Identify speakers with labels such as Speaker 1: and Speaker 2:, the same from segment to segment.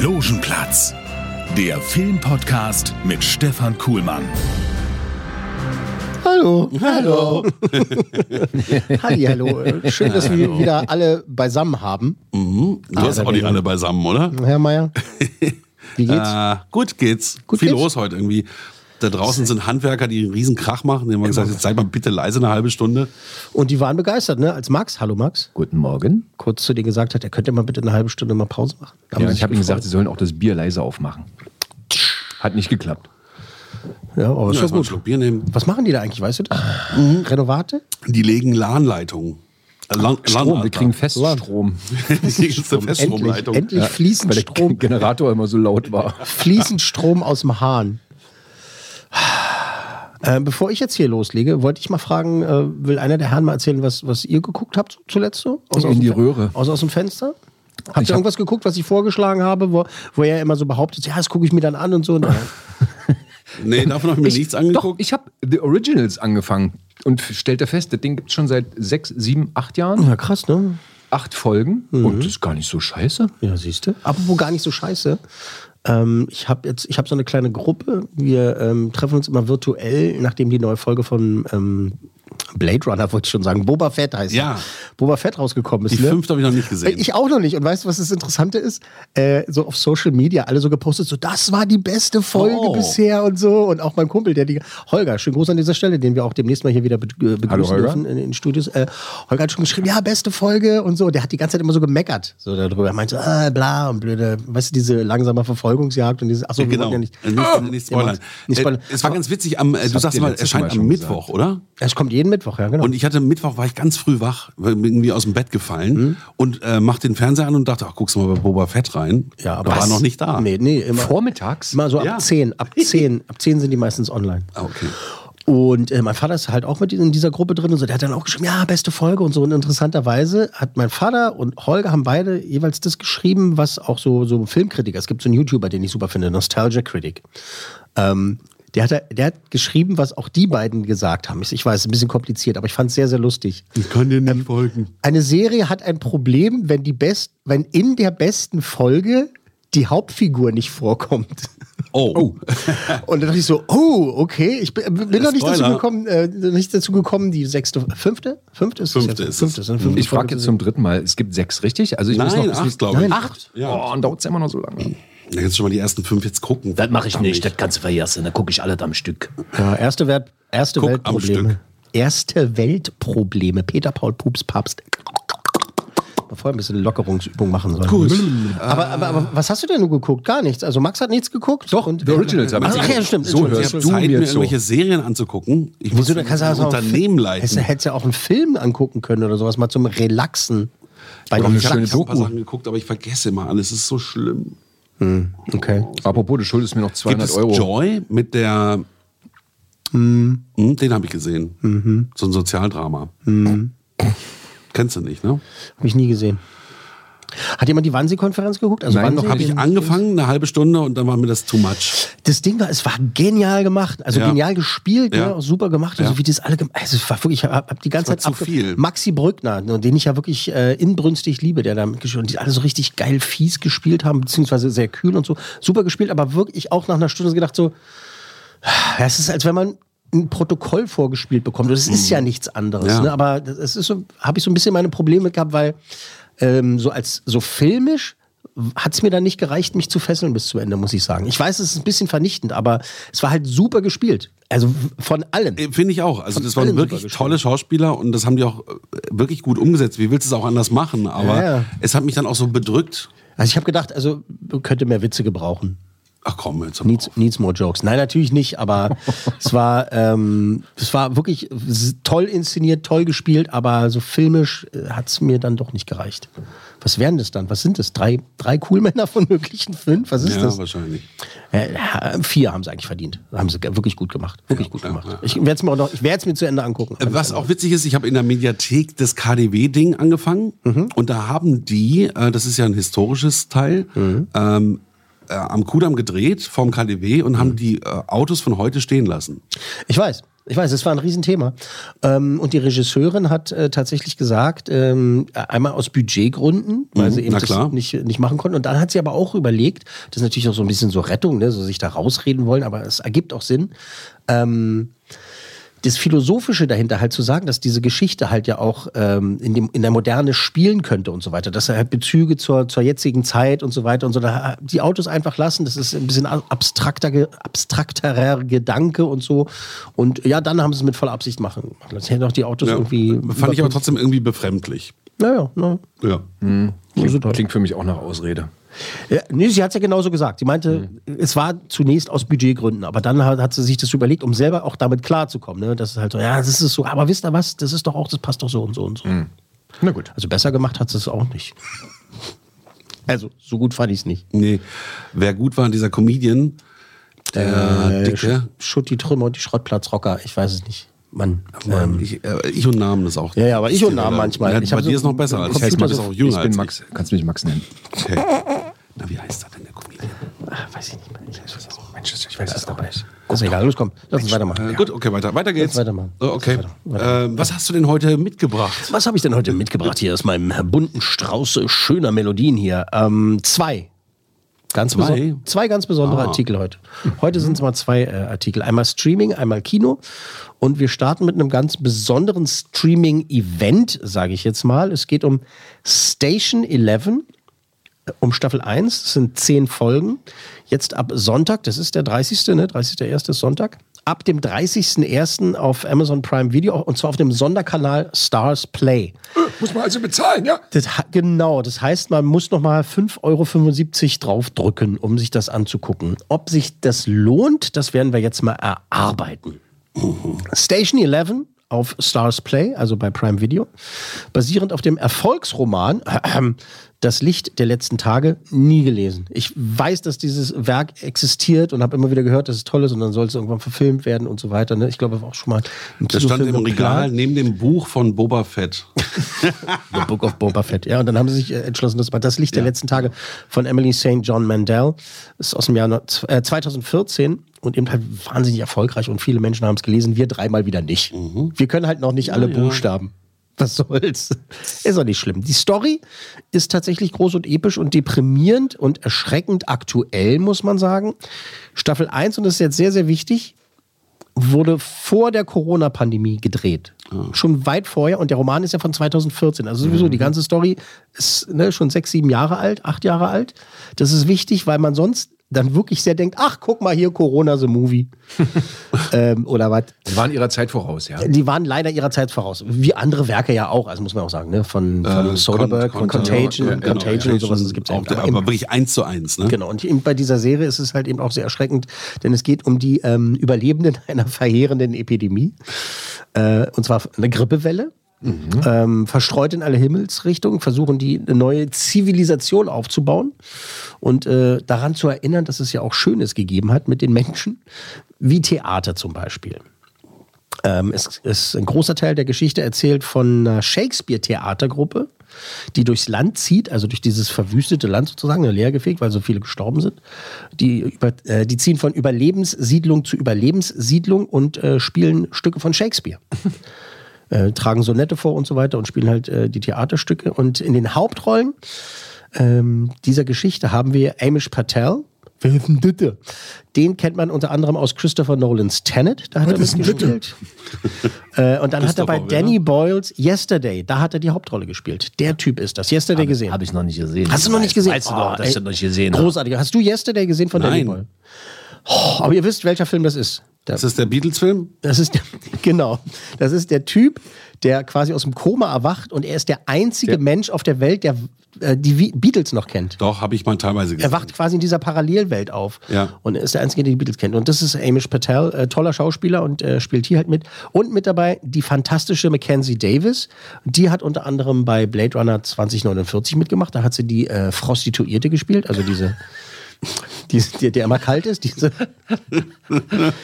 Speaker 1: Logenplatz, der Filmpodcast mit Stefan Kuhlmann.
Speaker 2: Hallo. Hallo. Halli, hallo. Schön, dass wir wieder alle beisammen haben.
Speaker 3: Du
Speaker 2: Ah,
Speaker 3: hast auch die alle beisammen, oder?
Speaker 2: Herr Meier, wie geht's?
Speaker 3: Äh, gut geht's.
Speaker 2: Gut
Speaker 3: Viel
Speaker 2: geht's.
Speaker 3: los heute irgendwie. Da draußen sind Handwerker, die einen riesen Krach machen. Die haben gesagt, jetzt seid mal bitte leise eine halbe Stunde.
Speaker 2: Und die waren begeistert, ne? Als Max, hallo Max,
Speaker 4: Guten Morgen.
Speaker 2: kurz zu dir gesagt hat, er könnte mal bitte eine halbe Stunde mal Pause machen. Haben sie
Speaker 4: Ja, ich
Speaker 2: sich
Speaker 4: habe ihm gesagt,
Speaker 2: gefreut.
Speaker 4: sie sollen auch das Bier leise aufmachen. Hat nicht geklappt.
Speaker 2: ja, aber ist ja,
Speaker 3: Ja, erst mal einen
Speaker 2: gut.
Speaker 3: Schluck Bier nehmen.
Speaker 2: Was machen die da eigentlich, weißt du das?
Speaker 4: Ah.
Speaker 2: Renovate?
Speaker 3: Die legen LAN-Leitungen. Äh, Lan-
Speaker 4: Strom,
Speaker 3: LAN-Alter.
Speaker 4: wir kriegen Feststrom.
Speaker 3: Die kriegen zur
Speaker 2: Endlich,
Speaker 3: Feststromleitung.
Speaker 2: endlich fließend
Speaker 4: Weil der
Speaker 2: Strom,
Speaker 4: Generator immer so laut war.
Speaker 2: fließend Strom aus dem Hahn. Äh, bevor ich jetzt hier loslege, wollte ich mal fragen, äh, will einer der Herren mal erzählen, was, was ihr geguckt habt zuletzt so? Aus,
Speaker 4: In
Speaker 2: aus dem
Speaker 4: die
Speaker 2: Fe-
Speaker 4: Röhre.
Speaker 2: Aus, aus dem Fenster? Habt
Speaker 4: Ich
Speaker 2: ihr
Speaker 4: hab-
Speaker 2: irgendwas geguckt, was ich vorgeschlagen habe, wo, wo er immer so behauptet, ja, das gucke ich mir dann an und so? Nein.
Speaker 3: Nee, davon habe ich mir nichts
Speaker 4: Doch,
Speaker 3: angeguckt.
Speaker 4: ich habe The Originals angefangen und stellte fest, das Ding gibt es schon seit sechs, sieben, acht Jahren.
Speaker 3: Mhm.
Speaker 2: ja, krass, ne?
Speaker 4: Acht Folgen und das ist gar nicht so scheiße.
Speaker 2: Ja, siehst du. Apropos gar nicht so scheiße. Ähm, ich habe jetzt, ich habe so eine kleine Gruppe. Wir ähm, treffen uns immer virtuell, nachdem die neue Folge von ähm, Blade Runner, wollte ich schon sagen, Boba Fett heißt.
Speaker 3: Ja.
Speaker 2: sie. Boba Fett rausgekommen ist.
Speaker 3: Die
Speaker 2: ne?
Speaker 3: fünfte habe ich noch nicht gesehen.
Speaker 2: Ich auch noch nicht. Und weißt du, was das Interessante ist? Äh, so auf Social Media alle so gepostet, so das war die beste Folge
Speaker 3: Oh.
Speaker 2: bisher und so. Und auch mein Kumpel, der die. Holger, schönen Gruß an dieser Stelle, den wir auch demnächst mal hier wieder be äh, begrüßen
Speaker 4: Hallo, Holger.
Speaker 2: dürfen in den Studios. Äh, Holger hat schon geschrieben, ja, beste Folge und so. Und Der hat die ganze Zeit immer so gemeckert so darüber. Er meinte, ah, bla und blöde, weißt du, diese langsame Verfolgungsjagd und diese, achso,
Speaker 3: Ja,
Speaker 2: wir
Speaker 3: genau.
Speaker 2: wollten ja nicht. Ah!
Speaker 3: Äh, nicht, nicht spoilern.
Speaker 2: Nicht
Speaker 3: Äh,
Speaker 2: spoilern.
Speaker 3: Es war ganz witzig. Am, äh, du
Speaker 4: habt
Speaker 3: sagst
Speaker 4: ihr
Speaker 3: mal,
Speaker 4: letztes
Speaker 3: es scheint
Speaker 4: Mal
Speaker 3: am
Speaker 4: schon
Speaker 3: Mittwoch, oder?
Speaker 2: Es kommt jeden Mittwoch, ja, genau.
Speaker 3: Und ich hatte Mittwoch, war ich ganz früh wach, weil bin irgendwie aus dem Bett gefallen und äh, mach den Fernseher an und dachte, ach, guckst du mal bei Boba Fett rein. war noch nicht da.
Speaker 2: Nee, nee, immer.
Speaker 4: Vormittags?
Speaker 2: Immer so ab
Speaker 3: Ja.
Speaker 2: 10, ab 10, ab 10 sind die meistens online.
Speaker 3: Ah, okay.
Speaker 2: Und äh, mein Vater ist halt auch mit in dieser Gruppe drin und so. Der hat dann auch geschrieben, ja, beste Folge und so. Und interessanterweise hat mein Vater und Holger haben beide jeweils das geschrieben, was auch so, so Filmkritiker, es gibt so einen YouTuber, den ich super finde, Nostalgia Critic. Ähm, der hat, da- der hat geschrieben, was auch die beiden gesagt haben. Ich, ich weiß, ein bisschen kompliziert, aber ich fand es sehr, sehr lustig.
Speaker 3: Ich kann dir nicht folgen.
Speaker 2: Eine Serie hat ein Problem, wenn, die best, wenn in der besten Folge die Hauptfigur nicht vorkommt.
Speaker 3: Oh.
Speaker 2: Und dann dachte ich so, oh, okay, ich bin, bin noch nicht
Speaker 3: Spoiler.
Speaker 2: dazu, gekommen, äh, nicht dazu gekommen, die sechste, fünfte? Fünfte ist
Speaker 3: Fünfte
Speaker 2: es
Speaker 3: ist
Speaker 2: jetzt. Fünfte
Speaker 3: es.
Speaker 2: ist eine fünfte
Speaker 4: Ich frage
Speaker 2: Folge.
Speaker 4: jetzt zum dritten Mal, es gibt sechs, richtig? Also ich muss noch
Speaker 3: Nein,
Speaker 4: bis
Speaker 3: acht,
Speaker 4: nächst-
Speaker 3: glaube ich.
Speaker 4: Nein, acht?
Speaker 3: Ja.
Speaker 4: Oh, und dauert es immer noch so lange.
Speaker 3: Da kannst du schon mal die ersten fünf jetzt gucken.
Speaker 5: Das mache ich nicht, das kannst du vergessen. Da gucke ich alles am Stück.
Speaker 2: Ja, erste, Wert, erste
Speaker 3: Guck am Stück.
Speaker 2: Weltprobleme. Erste Weltprobleme. Peter Paul Pups Papst. Mal Vorher ein bisschen Lockerungsübung machen sollen. Gut. Aber, aber, aber was hast du denn nun geguckt? Gar nichts. Also Max hat nichts geguckt. Doch, und
Speaker 4: The Originals habe ich
Speaker 2: Ach,
Speaker 4: geguckt.
Speaker 3: Also,
Speaker 2: ja, stimmt.
Speaker 4: So
Speaker 2: Entschuldigung.
Speaker 3: Ich habe
Speaker 4: hörst du
Speaker 3: Zeit,
Speaker 4: mir
Speaker 3: mir
Speaker 4: zu.
Speaker 3: irgendwelche Serien anzugucken. Ich
Speaker 2: Wieso,
Speaker 3: muss
Speaker 2: da kannst du
Speaker 3: ein
Speaker 2: also auch einen
Speaker 3: Unternehmen
Speaker 2: Film-
Speaker 3: leiten.
Speaker 2: Hättest du- Hättest ja auch einen Film angucken können oder sowas, mal zum Relaxen. Bei
Speaker 4: Oder
Speaker 2: dem
Speaker 4: eine
Speaker 2: Relaxen.
Speaker 4: schöne
Speaker 3: ich habe ein paar
Speaker 4: Doku.
Speaker 3: Sachen geguckt, aber ich vergesse immer alles. Es ist so schlimm.
Speaker 2: Okay.
Speaker 4: Apropos, du schuldest mir noch
Speaker 3: Gibt
Speaker 4: 200
Speaker 3: es
Speaker 4: Euro.
Speaker 3: Joy mit der... Hm, den habe ich gesehen. So ein Sozialdrama. Kennst du nicht, ne?
Speaker 2: Habe ich nie gesehen. Hat jemand die Wannsee-Konferenz geguckt? Also
Speaker 4: Nein, doch,
Speaker 2: Wannsee-
Speaker 3: Habe ich angefangen, eine halbe Stunde und dann war mir das too much.
Speaker 2: Das Ding war, es war genial gemacht, also
Speaker 3: Ja.
Speaker 2: genial gespielt,
Speaker 3: Ja.
Speaker 2: ne? auch super gemacht, also
Speaker 3: Ja.
Speaker 2: wie das alle gemacht. Also es war wirklich, ich habe hab die ganze
Speaker 3: war
Speaker 2: Zeit
Speaker 3: zu
Speaker 2: abge-
Speaker 3: viel.
Speaker 2: Maxi Brückner, ne, den ich ja wirklich äh, inbrünstig liebe, der da mitgespielt und die alle so richtig geil fies gespielt haben, beziehungsweise sehr kühl und so super gespielt, aber wirklich auch nach einer Stunde so gedacht so, es ist als wenn man ein Protokoll vorgespielt bekommt. Und das ist ja nichts anderes.
Speaker 3: Mhm. Ja.
Speaker 2: Ne? Aber das- es ist so, habe ich so ein bisschen meine Probleme mit gehabt, weil ähm, so als so filmisch hat es mir dann nicht gereicht, mich zu fesseln bis zum Ende, muss ich sagen. Ich weiß, es ist ein bisschen vernichtend, aber es war halt super gespielt. Also w- von allen.
Speaker 3: Äh, Finde ich auch. Also das waren
Speaker 2: allem
Speaker 3: wirklich
Speaker 2: super
Speaker 3: tolle Schauspieler und das haben die auch äh, wirklich gut umgesetzt. Wie willst du es auch anders machen? Aber
Speaker 2: Ja, ja.
Speaker 3: es hat mich dann auch so bedrückt.
Speaker 2: Also ich habe gedacht, also könnte mehr Witze gebrauchen.
Speaker 3: Ach komm, jetzt aber
Speaker 2: Needs, needs more jokes. Nein, natürlich nicht, aber es war, ähm, es war wirklich s- toll inszeniert, toll gespielt, aber so filmisch hat es mir dann doch nicht gereicht. Was wären das dann? Was sind das? Drei, drei Coolmänner von möglichen fünf? Was ist
Speaker 3: Ja,
Speaker 2: das?
Speaker 3: wahrscheinlich.
Speaker 2: Äh, ha- vier haben sie eigentlich verdient. Haben sie ge- wirklich gut gemacht. Wirklich
Speaker 3: Ja,
Speaker 2: gut
Speaker 3: ja,
Speaker 2: gemacht.
Speaker 3: ja.
Speaker 2: Ich werde es mir auch noch, ich werde es mir zu Ende angucken.
Speaker 3: Äh, Was auch witzig ist, ich habe in der Mediathek das KDW-Ding angefangen
Speaker 2: Mhm.
Speaker 3: und da haben die, äh, das ist ja ein historisches Teil,
Speaker 2: Mhm.
Speaker 3: ähm, äh, am Kudamm gedreht vom KDW und
Speaker 2: Mhm.
Speaker 3: haben die äh, Autos von heute stehen lassen.
Speaker 2: Ich weiß, ich weiß, es war ein Riesenthema. Ähm, und die Regisseurin hat äh, tatsächlich gesagt, ähm, einmal aus Budgetgründen, weil sie eben
Speaker 3: Mhm, na
Speaker 2: das
Speaker 3: klar.
Speaker 2: nicht, nicht machen konnten. Und dann hat sie aber auch überlegt, das ist natürlich auch so ein bisschen so Rettung, ne, so sich da rausreden wollen, aber es ergibt auch Sinn. Ähm, das Philosophische dahinter halt zu sagen, dass diese Geschichte halt ja auch ähm, in, dem, in der Moderne spielen könnte und so weiter, dass er halt Bezüge zur, zur jetzigen Zeit und so weiter und so, da, die Autos einfach lassen, das ist ein bisschen a- abstrakter, ge- abstrakterer Gedanke und so und ja, dann haben sie es mit voller Absicht machen. lassen. Das hätten auch die Autos
Speaker 3: Ja.
Speaker 2: irgendwie...
Speaker 3: Fand ich aber trotzdem irgendwie befremdlich.
Speaker 2: Naja, na,
Speaker 3: Ja.
Speaker 2: Mhm. so
Speaker 4: Klingt,
Speaker 2: toll.
Speaker 4: klingt für mich auch nach Ausrede.
Speaker 2: Ja, nee, sie hat es ja genauso gesagt. Sie meinte,
Speaker 3: Mhm.
Speaker 2: es war zunächst aus Budgetgründen, aber dann hat, hat sie sich das überlegt, um selber auch damit klarzukommen. Ne? Das ist halt so, ja, das ist so, aber wisst ihr was, das ist doch auch, das passt doch so und so und so.
Speaker 4: Na gut.
Speaker 2: Also besser gemacht hat sie es auch nicht. Also, so gut fand ich es nicht.
Speaker 3: Nee. Wer gut war, dieser Comedian, der
Speaker 2: Äh,
Speaker 3: Dicke.
Speaker 2: Schutt die Trümmer und die Schrottplatzrocker, ich weiß es nicht. Mann. Ähm,
Speaker 3: ich, äh, ich und Namen ist auch.
Speaker 2: Ja, ja, aber ich und Namen manchmal.
Speaker 3: Ja,
Speaker 2: Ich
Speaker 3: bei
Speaker 2: hab
Speaker 3: dir
Speaker 2: so-
Speaker 3: ist noch besser. als
Speaker 2: Ich heiß
Speaker 3: ich. Du
Speaker 2: mal
Speaker 3: bist
Speaker 2: so-
Speaker 3: auch
Speaker 4: Ich
Speaker 3: jünger
Speaker 4: bin
Speaker 3: als
Speaker 4: Max. Kannst mich Max nennen.
Speaker 3: ich. Okay. Na, wie heißt er denn, der Comedian?
Speaker 2: ah, weiß ich nicht. Mann, Ich weiß es auch.
Speaker 4: Mensch, ich weiß es auch nicht.
Speaker 2: Ist egal, los, komm, lass uns weitermachen.
Speaker 3: Äh, Gut, okay, weiter. Weiter geht's.
Speaker 2: weitermachen.
Speaker 3: Oh, okay.
Speaker 2: Weiter, weiter.
Speaker 3: Ähm, was hast du denn heute mitgebracht?
Speaker 2: Was habe ich denn heute mitgebracht hier aus meinem bunten Strauß schöner Melodien hier? Ähm, zwei. Ganz
Speaker 3: Zwei?
Speaker 2: zwei? zwei ganz besondere Artikel heute. Heute sind es mal zwei äh, Artikel. Einmal Streaming, einmal Kino. Und wir starten mit einem ganz besonderen Streaming-Event, sage ich jetzt mal. Es geht um Station 11 um Staffel 1. Es sind zehn Folgen. Jetzt ab Sonntag, das ist der 30. Ne? 30.01. ist Sonntag. Ab dem 30.01. auf Amazon Prime Video und zwar auf dem Sonderkanal Stars Play.
Speaker 4: Muss man also bezahlen, ja?
Speaker 2: Das, ha- genau, das heißt, man muss nochmal 5,75 Euro draufdrücken, um sich das anzugucken. Ob sich das lohnt, das werden wir jetzt mal erarbeiten. Station 11 auf Stars Play, also bei Prime Video, basierend auf dem Erfolgsroman Das Licht der letzten Tage nie gelesen. Ich weiß, dass dieses Werk existiert und habe immer wieder gehört, dass es toll ist und dann soll es irgendwann verfilmt werden und so weiter. Ne? Ich glaube, es war auch schon mal ein
Speaker 3: Das stand im
Speaker 2: Kinofilm
Speaker 3: Regal
Speaker 2: geplant.
Speaker 3: neben dem Buch von Boba Fett.
Speaker 2: The Book of Boba Fett. Ja, und dann haben sie sich äh, entschlossen, das war das Licht der letzten Tage von Emily St. John Mandel. Ist aus dem Jahr neun- z- äh, 2014 und eben halt wahnsinnig erfolgreich und viele Menschen haben es gelesen. Wir dreimal wieder nicht. Wir können halt noch nicht alle Buchstaben. Was soll's? Ist auch nicht schlimm. Die Story ist tatsächlich groß und episch und deprimierend und erschreckend aktuell, muss man sagen. Staffel 1, und das ist jetzt sehr, sehr wichtig, wurde vor der Corona-Pandemie gedreht.
Speaker 3: Ah.
Speaker 2: Schon weit vorher. Und der Roman ist ja von 2014. Also sowieso,
Speaker 3: Mhm.
Speaker 2: die ganze Story ist ne, schon sechs, sieben Jahre alt, acht Jahre alt. Das ist wichtig, weil man sonst dann wirklich sehr denkt, ach, guck mal hier, Corona the Movie. ähm, oder was.
Speaker 4: Die waren ihrer Zeit voraus, ja.
Speaker 2: Die waren leider ihrer Zeit voraus. Wie andere Werke ja auch, also muss man auch sagen, ne? von, von Soderbergh,
Speaker 3: Äh, Con- Con-
Speaker 2: Contagion,
Speaker 3: ja, genau,
Speaker 2: Contagion und sowas. Das gibt's ja
Speaker 3: auch,
Speaker 2: eben.
Speaker 3: aber,
Speaker 2: Aber im-
Speaker 3: aber wirklich eins zu eins, ne?
Speaker 2: Genau, und eben bei dieser Serie ist es halt eben auch sehr erschreckend, denn es geht um die ähm, Überlebenden einer verheerenden Epidemie. Äh, und zwar eine Grippewelle. Ähm, verstreut in alle Himmelsrichtungen, versuchen die eine neue Zivilisation aufzubauen und äh, daran zu erinnern, dass es ja auch Schönes gegeben hat mit den Menschen, wie Theater zum Beispiel. Ähm, es ist ein großer Teil der Geschichte erzählt von einer Shakespeare-Theatergruppe, die durchs Land zieht, also durch dieses verwüstete Land sozusagen, leergefegt, weil so viele gestorben sind. Die, über, äh, die ziehen von Überlebenssiedlung zu Überlebenssiedlung und äh, spielen Stücke von Shakespeare. Äh, tragen Sonette vor und so weiter und spielen halt äh, die Theaterstücke. Und in den Hauptrollen ähm, dieser Geschichte haben wir Amish Patel. Wer ist denn bitte? Den kennt man unter anderem aus Christopher Nolans Tenet. Da hat er mitgespielt. äh, und dann hat er bei
Speaker 3: Christopher, oder?
Speaker 2: Danny Boyles Yesterday, da hat er die Hauptrolle gespielt. Der Typ ist das. Yesterday gesehen.
Speaker 5: Habe ich noch nicht gesehen.
Speaker 2: Hast du noch nicht gesehen?
Speaker 5: Weißt du
Speaker 2: Oh,
Speaker 5: doch, dass
Speaker 2: ey.
Speaker 5: ich das noch nicht gesehen habe.
Speaker 2: Großartig. Hast du Yesterday gesehen von Danny
Speaker 3: Nein.
Speaker 2: Boyle? Oh, aber ihr wisst, welcher Film das ist.
Speaker 3: Ist das der Beatles-Film?
Speaker 2: Das ist der, genau. Das ist der Typ, der quasi aus dem Koma erwacht und er ist der einzige Mensch auf der Welt, der äh, die Vi- Beatles noch kennt.
Speaker 3: Doch, habe ich mal teilweise
Speaker 2: Er
Speaker 3: gesehen.
Speaker 2: wacht quasi in dieser Parallelwelt auf
Speaker 3: Ja.
Speaker 2: und er ist der Einzige, der die Beatles kennt. Und das ist Amish Patel, äh, toller Schauspieler und äh, spielt hier halt mit. Und mit dabei die fantastische Mackenzie Davis. Die hat unter anderem bei Blade Runner 2049 mitgemacht. Da hat sie die äh, Prostituierte gespielt, also diese, diese die, der immer kalt ist. Diese,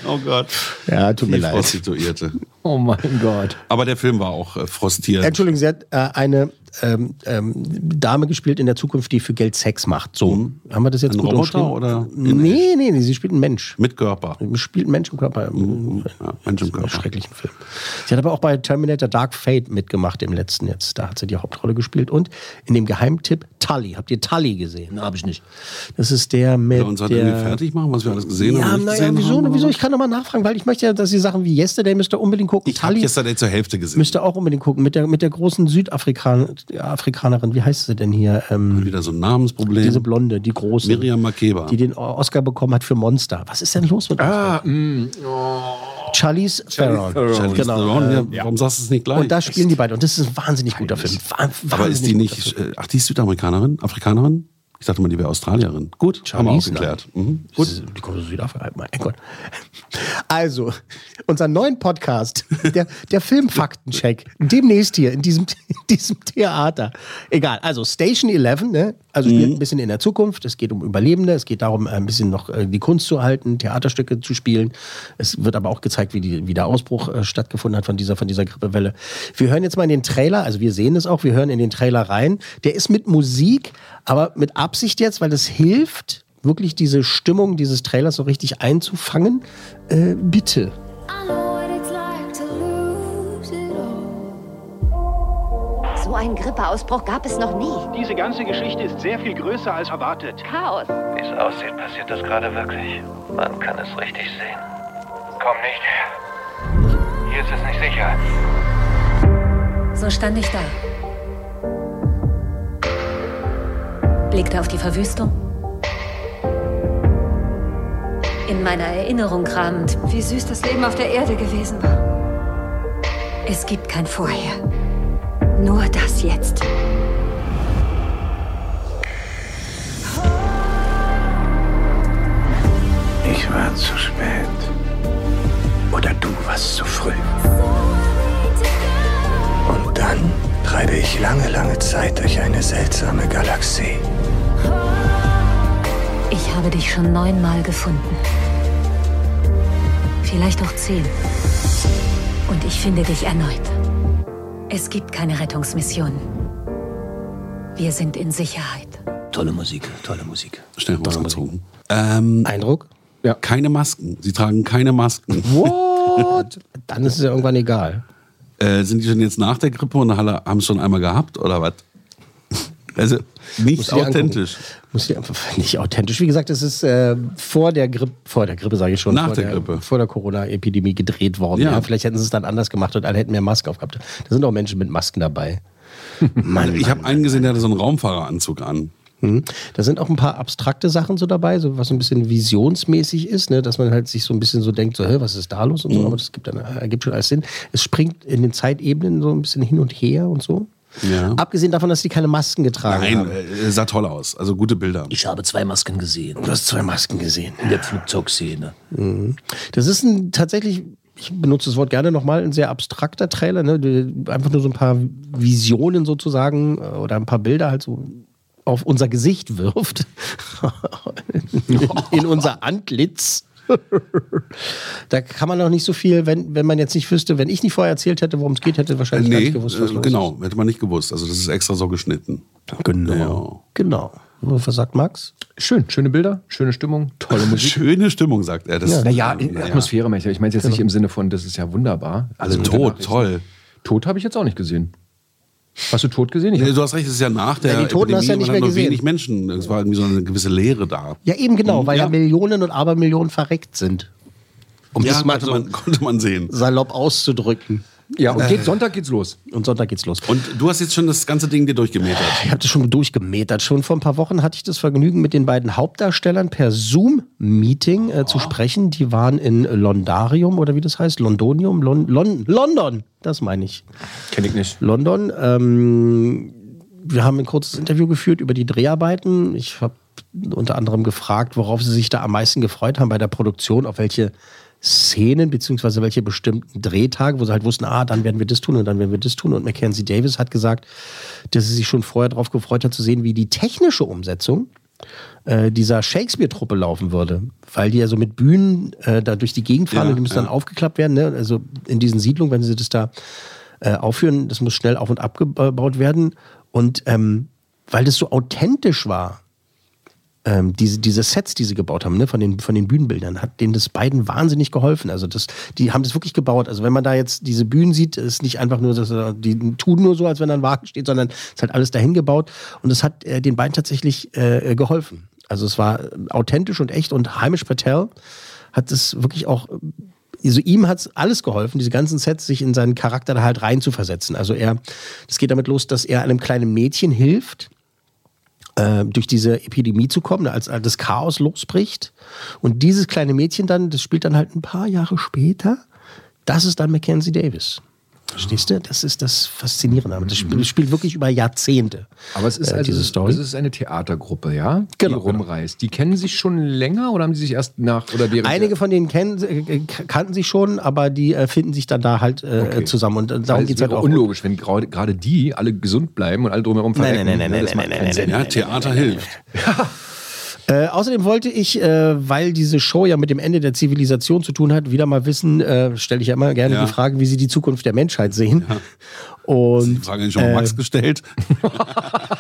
Speaker 3: Oh Gott.
Speaker 2: ja, tut
Speaker 3: Die Prostituierte.
Speaker 4: Oh mein Gott.
Speaker 3: Aber der Film war auch äh, frostiert.
Speaker 2: Entschuldigung, sie hat äh, eine ähm, ähm, Dame gespielt in der Zukunft, die für Geld Sex macht. So, haben wir das jetzt
Speaker 3: Mhm. Ein
Speaker 2: gut
Speaker 3: Roboter
Speaker 2: umschrieben?
Speaker 3: oder in
Speaker 2: Nee, nee, nee, sie spielt einen Mensch.
Speaker 3: Mit Körper.
Speaker 2: Spielt einen Mensch im Körper.
Speaker 3: Mhm. Ja, Mensch im Körper.
Speaker 2: schrecklichen Film. Sie hat aber auch bei Terminator Dark Fate mitgemacht, im letzten jetzt. Da hat sie die Hauptrolle gespielt. Und in dem Geheimtipp Tully. Habt ihr Tully gesehen?
Speaker 5: Na, hab ich nicht.
Speaker 2: Das ist der mit
Speaker 3: Uns hat irgendwie
Speaker 2: der...
Speaker 3: fertig machen, was wir alles gesehen
Speaker 2: Ja,
Speaker 3: haben. und nicht
Speaker 2: naja,
Speaker 3: gesehen
Speaker 2: wieso,
Speaker 3: haben,
Speaker 2: wieso?
Speaker 3: oder?
Speaker 2: Ich kann nochmal nachfragen, weil ich möchte ja, dass Sie Sachen wie Yesterday müsst ihr unbedingt gucken.
Speaker 3: Ich habe gestern eh zur Hälfte gesehen.
Speaker 2: Müsst ihr auch unbedingt gucken. Mit der, mit der großen Südafrikanerin, wie heißt sie denn hier? Ähm,
Speaker 3: Wieder so ein Namensproblem.
Speaker 2: diese Blonde, die große.
Speaker 3: Miriam Makeba.
Speaker 2: Die den O- Oscar bekommen hat für Monster. Was ist denn los mit ah, Charlize Theron.
Speaker 3: Charlize
Speaker 2: Genau.
Speaker 3: Theron,
Speaker 2: äh,
Speaker 3: ja, warum sagst du es nicht gleich?
Speaker 2: Und da spielen die beiden. Und das ist ein wahnsinnig guter Film. Wah-
Speaker 3: Aber
Speaker 2: wahnsinnig
Speaker 3: ist die
Speaker 2: guter
Speaker 3: nicht. äh, Ach, die ist Südamerikanerin? Afrikanerin? Ich dachte mal, die wäre Australierin. Gut, haben wir auch
Speaker 2: Charlize,
Speaker 3: geklärt. Mhm.
Speaker 2: Gut. Die kommen aus Südafrika. Mein Gott. Also, unseren neuen Podcast, der, der Filmfaktencheck, demnächst hier in diesem, in diesem Theater. Egal, also Station 11, ne? also spielt ein bisschen in der Zukunft. Es geht um Überlebende, es geht darum, ein bisschen noch äh, die Kunst zu halten, Theaterstücke zu spielen. Es wird aber auch gezeigt, wie, die, wie der Ausbruch äh, stattgefunden hat von dieser, von dieser Grippewelle. Wir hören jetzt mal in den Trailer, also wir sehen es auch, wir hören in den Trailer rein. Der ist mit Musik, aber mit Absicht jetzt, weil das hilft wirklich diese Stimmung dieses Trailers so richtig einzufangen. Äh, bitte.
Speaker 6: I know what it's like to lose it all.
Speaker 7: So einen Grippeausbruch gab es noch nie.
Speaker 8: Diese ganze Geschichte ist sehr viel größer als erwartet.
Speaker 7: Chaos.
Speaker 9: Wie es aussieht, passiert das gerade wirklich. Man kann es richtig sehen. Komm nicht. Hier ist es nicht sicher.
Speaker 7: So stand ich da. Blickte auf die Verwüstung. In meiner Erinnerung kramend, wie süß das Leben auf der Erde gewesen war. Es gibt kein Vorher. Nur das Jetzt.
Speaker 9: Ich war zu spät. Oder du warst zu früh. Und dann treibe ich lange, lange Zeit durch eine seltsame Galaxie.
Speaker 7: Ich habe dich schon neunmal gefunden. Vielleicht auch zehn. Und ich finde dich erneut. Es gibt keine Rettungsmissionen. Wir sind in Sicherheit.
Speaker 5: Tolle Musik, tolle Musik.
Speaker 3: Schnell hochgezogen. Ähm,
Speaker 2: Eindruck?
Speaker 3: keine Masken. Sie tragen keine Masken.
Speaker 2: What? Dann ist es ja irgendwann egal.
Speaker 3: Äh, sind die schon jetzt nach der Grippe und haben es schon einmal gehabt oder was? Also nicht
Speaker 2: du dir
Speaker 3: authentisch.
Speaker 2: Muss ich einfach nicht authentisch. Wie gesagt, es ist äh, vor der Grippe, vor der Grippe sage ich schon,
Speaker 3: Nach
Speaker 2: vor
Speaker 3: der Grippe.
Speaker 2: vor der Corona-Epidemie gedreht worden. Ja.
Speaker 3: Ja.
Speaker 2: vielleicht hätten sie es dann anders gemacht und alle hätten mehr Masken aufgehabt. Da sind auch Menschen mit Masken dabei. Mann,
Speaker 3: Ich
Speaker 2: Mann.
Speaker 3: habe einen gesehen, der hatte so einen Raumfahreranzug an.
Speaker 2: Mhm. Da sind auch ein paar abstrakte Sachen so dabei, so was so ein bisschen visionsmäßig ist, ne? dass man halt sich so ein bisschen so denkt, so, hä, was ist da los und so,
Speaker 3: Mhm.
Speaker 2: aber das gibt dann, äh, ergibt schon alles Sinn. Es springt in den Zeitebenen so ein bisschen hin und her und so.
Speaker 3: Ja.
Speaker 2: Abgesehen davon, dass die keine Masken getragen
Speaker 3: Nein,
Speaker 2: haben.
Speaker 3: äh, sah toll aus. Also gute Bilder.
Speaker 5: Ich habe zwei Masken gesehen.
Speaker 2: Du hast zwei Masken gesehen.
Speaker 5: In der Flugzeugszene.
Speaker 2: Das ist ein tatsächlich, ich benutze das Wort gerne nochmal, ein sehr abstrakter Trailer. Ne? die- Einfach nur so ein paar Visionen sozusagen äh, oder ein paar Bilder halt so auf unser Gesicht wirft. in, in unser Antlitz. da kann man auch nicht so viel, wenn, wenn man jetzt nicht wüsste, wenn ich nicht vorher erzählt hätte, worum es geht, hätte wahrscheinlich gar
Speaker 3: nee,
Speaker 2: nicht gewusst, was
Speaker 3: äh,
Speaker 2: los
Speaker 3: genau, hätte man nicht gewusst. Also das ist extra so geschnitten.
Speaker 2: ist. Genau. Genau. Was sagt Max?
Speaker 4: Schön, schöne Bilder, schöne Stimmung, tolle Musik.
Speaker 3: Schöne Stimmung, sagt er. Das
Speaker 2: Ja. äh,
Speaker 4: Naja,
Speaker 3: Ähm,
Speaker 4: in Atmosphäre meine ich. Ich meine es jetzt nicht im Sinne von, das ist ja wunderbar.
Speaker 3: Also
Speaker 4: mit
Speaker 3: tot,
Speaker 4: der
Speaker 3: toll.
Speaker 4: Nachricht. Tot habe ich jetzt auch nicht gesehen. Hast du tot gesehen? Ich
Speaker 3: Nee, du hast recht, es ist ja nach der
Speaker 2: Ja, die Toten
Speaker 3: Epidemie,
Speaker 2: hast du ja nicht
Speaker 3: waren
Speaker 2: mehr
Speaker 3: nur
Speaker 2: gesehen.
Speaker 3: wenig Menschen. Es war irgendwie so eine gewisse Leere da.
Speaker 2: Ja, eben genau, weil ja,
Speaker 3: Mhm. Ja.
Speaker 2: Millionen und Abermillionen verreckt sind. Um
Speaker 3: Ja, also
Speaker 2: das mal
Speaker 3: konnte man, konnte man sehen.
Speaker 2: salopp auszudrücken.
Speaker 4: Ja, und geht, Sonntag geht's los.
Speaker 2: Und Sonntag geht's los.
Speaker 3: Und du hast jetzt schon das ganze Ding dir durchgemetert.
Speaker 2: Ich habe das schon durchgemetert. Schon vor ein paar Wochen hatte ich das Vergnügen, mit den beiden Hauptdarstellern per Zoom-Meeting äh, zu sprechen. Die waren in Londarium oder wie das heißt, Londonium, Lon Lon London, das meine ich.
Speaker 4: Kenne ich nicht.
Speaker 2: London. Ähm, wir haben ein kurzes Interview geführt über die Dreharbeiten. Ich habe unter anderem gefragt, worauf sie sich da am meisten gefreut haben bei der Produktion, auf welche Szenen beziehungsweise welche bestimmten Drehtage, wo sie halt wussten, ah, dann werden wir das tun und dann werden wir das tun. Und Mackenzie Davis hat gesagt, dass sie sich schon vorher darauf gefreut hat zu sehen, wie die technische Umsetzung äh, dieser Shakespeare-Truppe laufen würde, weil die ja so mit Bühnen äh, da durch die Gegend fahren
Speaker 3: Ja,
Speaker 2: und die müssen
Speaker 3: ja.
Speaker 2: dann aufgeklappt werden. Ne? Also in diesen Siedlungen, wenn sie das da äh, aufführen, das muss schnell auf und abgebaut werden. Und ähm, weil das so authentisch war, ähm, diese, diese Sets, die sie gebaut haben, ne, von, den, von den Bühnenbildern, hat denen das beiden wahnsinnig geholfen. Also das, die haben das wirklich gebaut. Also wenn man da jetzt diese Bühnen sieht, ist nicht einfach nur, dass, äh, die tun nur so, als wenn da ein Wagen steht, sondern es ist halt alles dahin gebaut. Und das hat äh, den beiden tatsächlich äh, äh, geholfen. Also es war äh, authentisch und echt. Und Heimish Patel hat es wirklich auch äh, also ihm hat alles geholfen, diese ganzen Sets, sich in seinen Charakter da halt reinzuversetzen. Also er, das geht damit los, dass er einem kleinen Mädchen hilft, äh, durch diese Epidemie zu kommen, als als das Chaos losbricht. Und dieses kleine Mädchen dann, das spielt dann halt ein paar Jahre später, das ist dann Mackenzie Davis. Verstehst du? Das ist das Faszinierende. Aber das Spiel, das spielt wirklich über Jahrzehnte.
Speaker 4: Aber es ist,
Speaker 2: äh,
Speaker 4: also,
Speaker 2: diese Story.
Speaker 4: es ist eine Theatergruppe, ja?
Speaker 2: Genau,
Speaker 4: Die rumreist. Die kennen sich schon länger oder haben die sich erst nach oder deren
Speaker 2: Einige von denen kennen, äh, kannten sich schon, aber die äh, finden sich dann da halt äh,
Speaker 4: Okay.
Speaker 2: zusammen. Und äh,
Speaker 4: Weil
Speaker 2: darum
Speaker 4: es
Speaker 2: geht es halt
Speaker 4: wäre
Speaker 2: auch.
Speaker 4: unlogisch, wenn gerade gerade die alle gesund bleiben und alle drumherum verrecken.
Speaker 2: nein, nein,
Speaker 4: ne?
Speaker 2: nein,
Speaker 4: Das macht
Speaker 2: nein, nein,
Speaker 4: keinen Sinn.
Speaker 3: Ja, Theater hilft.
Speaker 2: Äh, außerdem wollte ich, äh, weil diese Show ja mit dem Ende der Zivilisation zu tun hat, wieder mal wissen, äh, stelle ich ja immer gerne
Speaker 3: Ja.
Speaker 2: die Frage, wie sie die Zukunft der Menschheit sehen. Und
Speaker 3: Die Frage hat schon mal
Speaker 2: Äh.
Speaker 3: Max gestellt.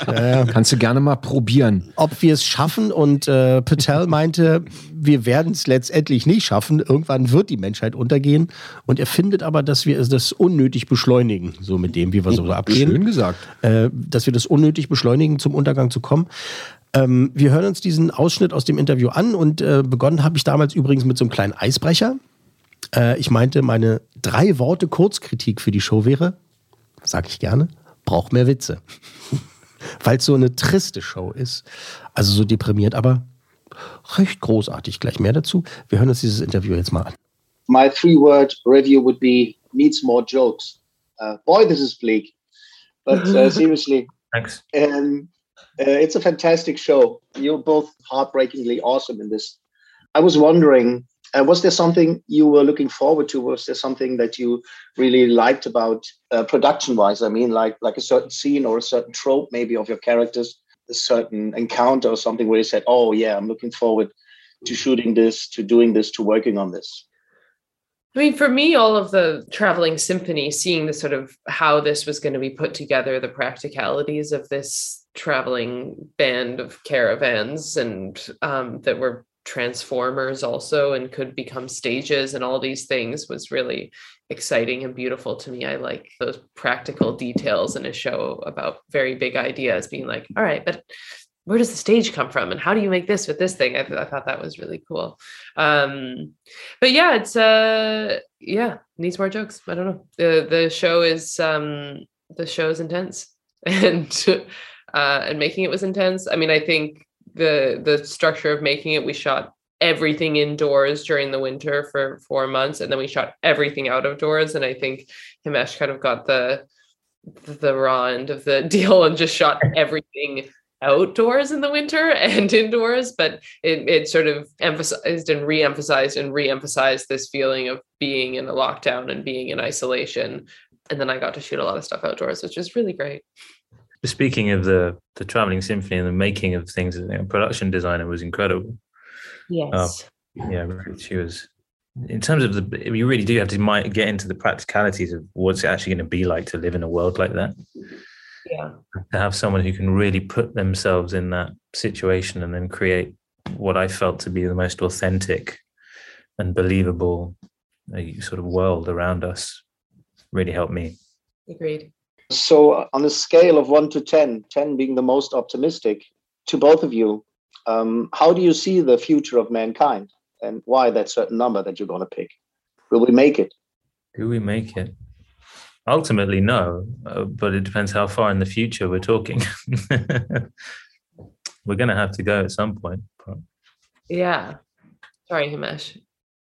Speaker 4: Kannst du gerne mal probieren.
Speaker 2: ob wir es schaffen. Und äh, Patel meinte, wir werden es letztendlich nicht schaffen. Irgendwann wird die Menschheit untergehen. Und er findet aber, dass wir es- das unnötig beschleunigen, so mit dem, wie wir so abgehen.
Speaker 4: Schön gesagt.
Speaker 2: äh, dass wir das unnötig beschleunigen, zum Untergang zu kommen. Ähm, wir hören uns diesen Ausschnitt aus dem Interview an und äh, begonnen habe ich damals übrigens mit so einem kleinen Eisbrecher. Äh, ich meinte, meine drei Worte Kurzkritik für die Show wäre, sag ich gerne, braucht mehr Witze. Weil es so eine triste Show ist, also so deprimiert, aber recht großartig. Gleich mehr dazu. Wir hören uns dieses Interview jetzt mal an.
Speaker 10: my three word review would be needs more jokes. Uh, boy, this is bleak. But uh, seriously,
Speaker 11: Thanks.
Speaker 10: um, uh, it's a fantastic show. You're both heartbreakingly awesome in this. I was wondering, uh, was there something you were looking forward to? Was there something that you really liked about uh, production-wise? I mean, like like a certain scene or a certain trope, maybe of your characters, a certain encounter or something where you said, "Oh yeah, I'm looking forward to shooting this, to doing this, to working on this."
Speaker 12: I mean, for me, all of the traveling symphony, seeing the sort of how this was going to be put together, the practicalities of this traveling band of caravans and um, that were transformers also and could become stages and all these things was really exciting and beautiful to me. I like those practical details in a show about very big ideas being like, all right, but where does the stage come from and how do you make this with this thing? I, th- I thought that was really cool. Um, but yeah it's uh yeah needs more jokes i don't know the the show is um the show is intense and uh and making it was intense i mean i think the the structure of making it we shot everything indoors during the winter for four months and then we shot everything out of doors and i think himesh kind of got the the raw end of the deal and just shot everything outdoors in the winter and indoors but it, it sort of emphasized and re-emphasized and re-emphasized this feeling of being in a lockdown and being in isolation and then i got to shoot a lot of stuff outdoors which is really great
Speaker 11: Speaking of the the traveling symphony and the making of things, you know, production designer was incredible. Um, yeah, she was. In terms of the, you really do have to mi- get into the practicalities of what's it actually going to be like to live in a world like that.
Speaker 12: yeah
Speaker 11: To have someone who can really put themselves in that situation and then create what I felt to be the most authentic and believable uh, sort of world around us really helped me.
Speaker 12: agreed
Speaker 10: So, uh, on a scale of one to 10, 10 being the most optimistic, to both of you, um, how do you see the future of mankind and why that certain number that you're going to pick? Will we make it?
Speaker 11: Do we make it? Ultimately, no, uh, but it depends how far in the future we're talking. we're going to have to go at some point. but-
Speaker 12: Yeah. Sorry, Himesh.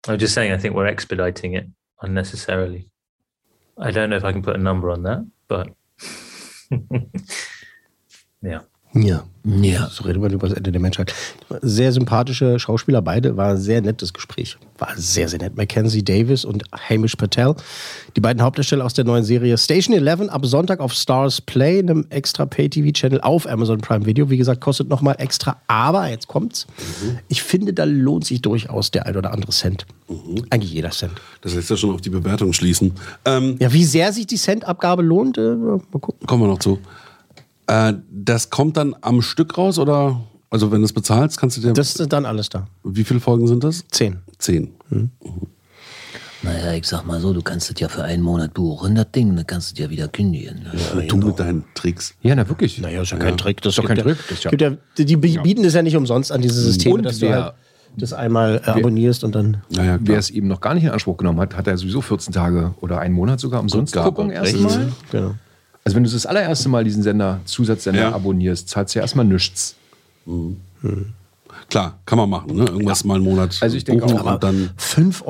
Speaker 11: I was just saying, I think we're expediting it unnecessarily. I don't know if I can put a number on that, but yeah.
Speaker 2: Ja. Ja. So reden wir über das Ende der Menschheit. Sehr sympathische Schauspieler, beide. War ein sehr nettes Gespräch. War sehr, sehr nett. Mackenzie Davis und Hamish Patel. Die beiden Hauptdarsteller aus der neuen Serie Station 11 ab Sonntag auf Stars Play, einem extra Pay-TV-Channel auf Amazon Prime Video. Wie gesagt, kostet nochmal extra. Aber jetzt kommt's. Ich finde, da lohnt sich durchaus der ein oder andere Cent. Eigentlich jeder Cent.
Speaker 3: Das lässt ja schon auf die Bewertung schließen. Ähm,
Speaker 2: ja, wie sehr sich die Centabgabe lohnt, äh, mal gucken.
Speaker 3: Kommen wir noch zu. Äh, das kommt dann am Stück raus oder? Also wenn du es bezahlst, kannst du dir.
Speaker 2: Das ist dann alles da.
Speaker 3: Wie viele Folgen sind das?
Speaker 2: Zehn.
Speaker 3: Zehn.
Speaker 2: Hm.
Speaker 5: Naja, ich sag mal so, du kannst es ja für einen Monat buchen, das Ding, dann kannst du es ja wieder kündigen. ne?
Speaker 3: Ja, du mit deinen Tricks.
Speaker 4: Ja, na wirklich.
Speaker 2: Naja, ist ja kein Trick. Das ist
Speaker 4: doch kein Trick. Das
Speaker 2: Das
Speaker 4: ist ja-
Speaker 2: gibt ja, die die bieten das ja nicht umsonst an diese Systeme, dass du halt das einmal äh, abonnierst und dann.
Speaker 3: Naja,
Speaker 4: Wer es eben noch gar nicht in Anspruch genommen hat, hat er sowieso 14 Tage oder einen Monat sogar umsonst
Speaker 3: Rückgabe,
Speaker 4: gucken
Speaker 3: rechts.
Speaker 4: erstmal.
Speaker 2: Genau.
Speaker 4: Also wenn du das allererste Mal diesen Sender, Zusatzsender
Speaker 3: Ja.
Speaker 4: abonnierst, zahlst du ja erstmal nichts.
Speaker 3: Klar, kann man machen. Ne? Irgendwas mal einen Monat
Speaker 4: Also ich denke
Speaker 3: buchen
Speaker 4: auch, aber
Speaker 3: und dann
Speaker 2: 5,75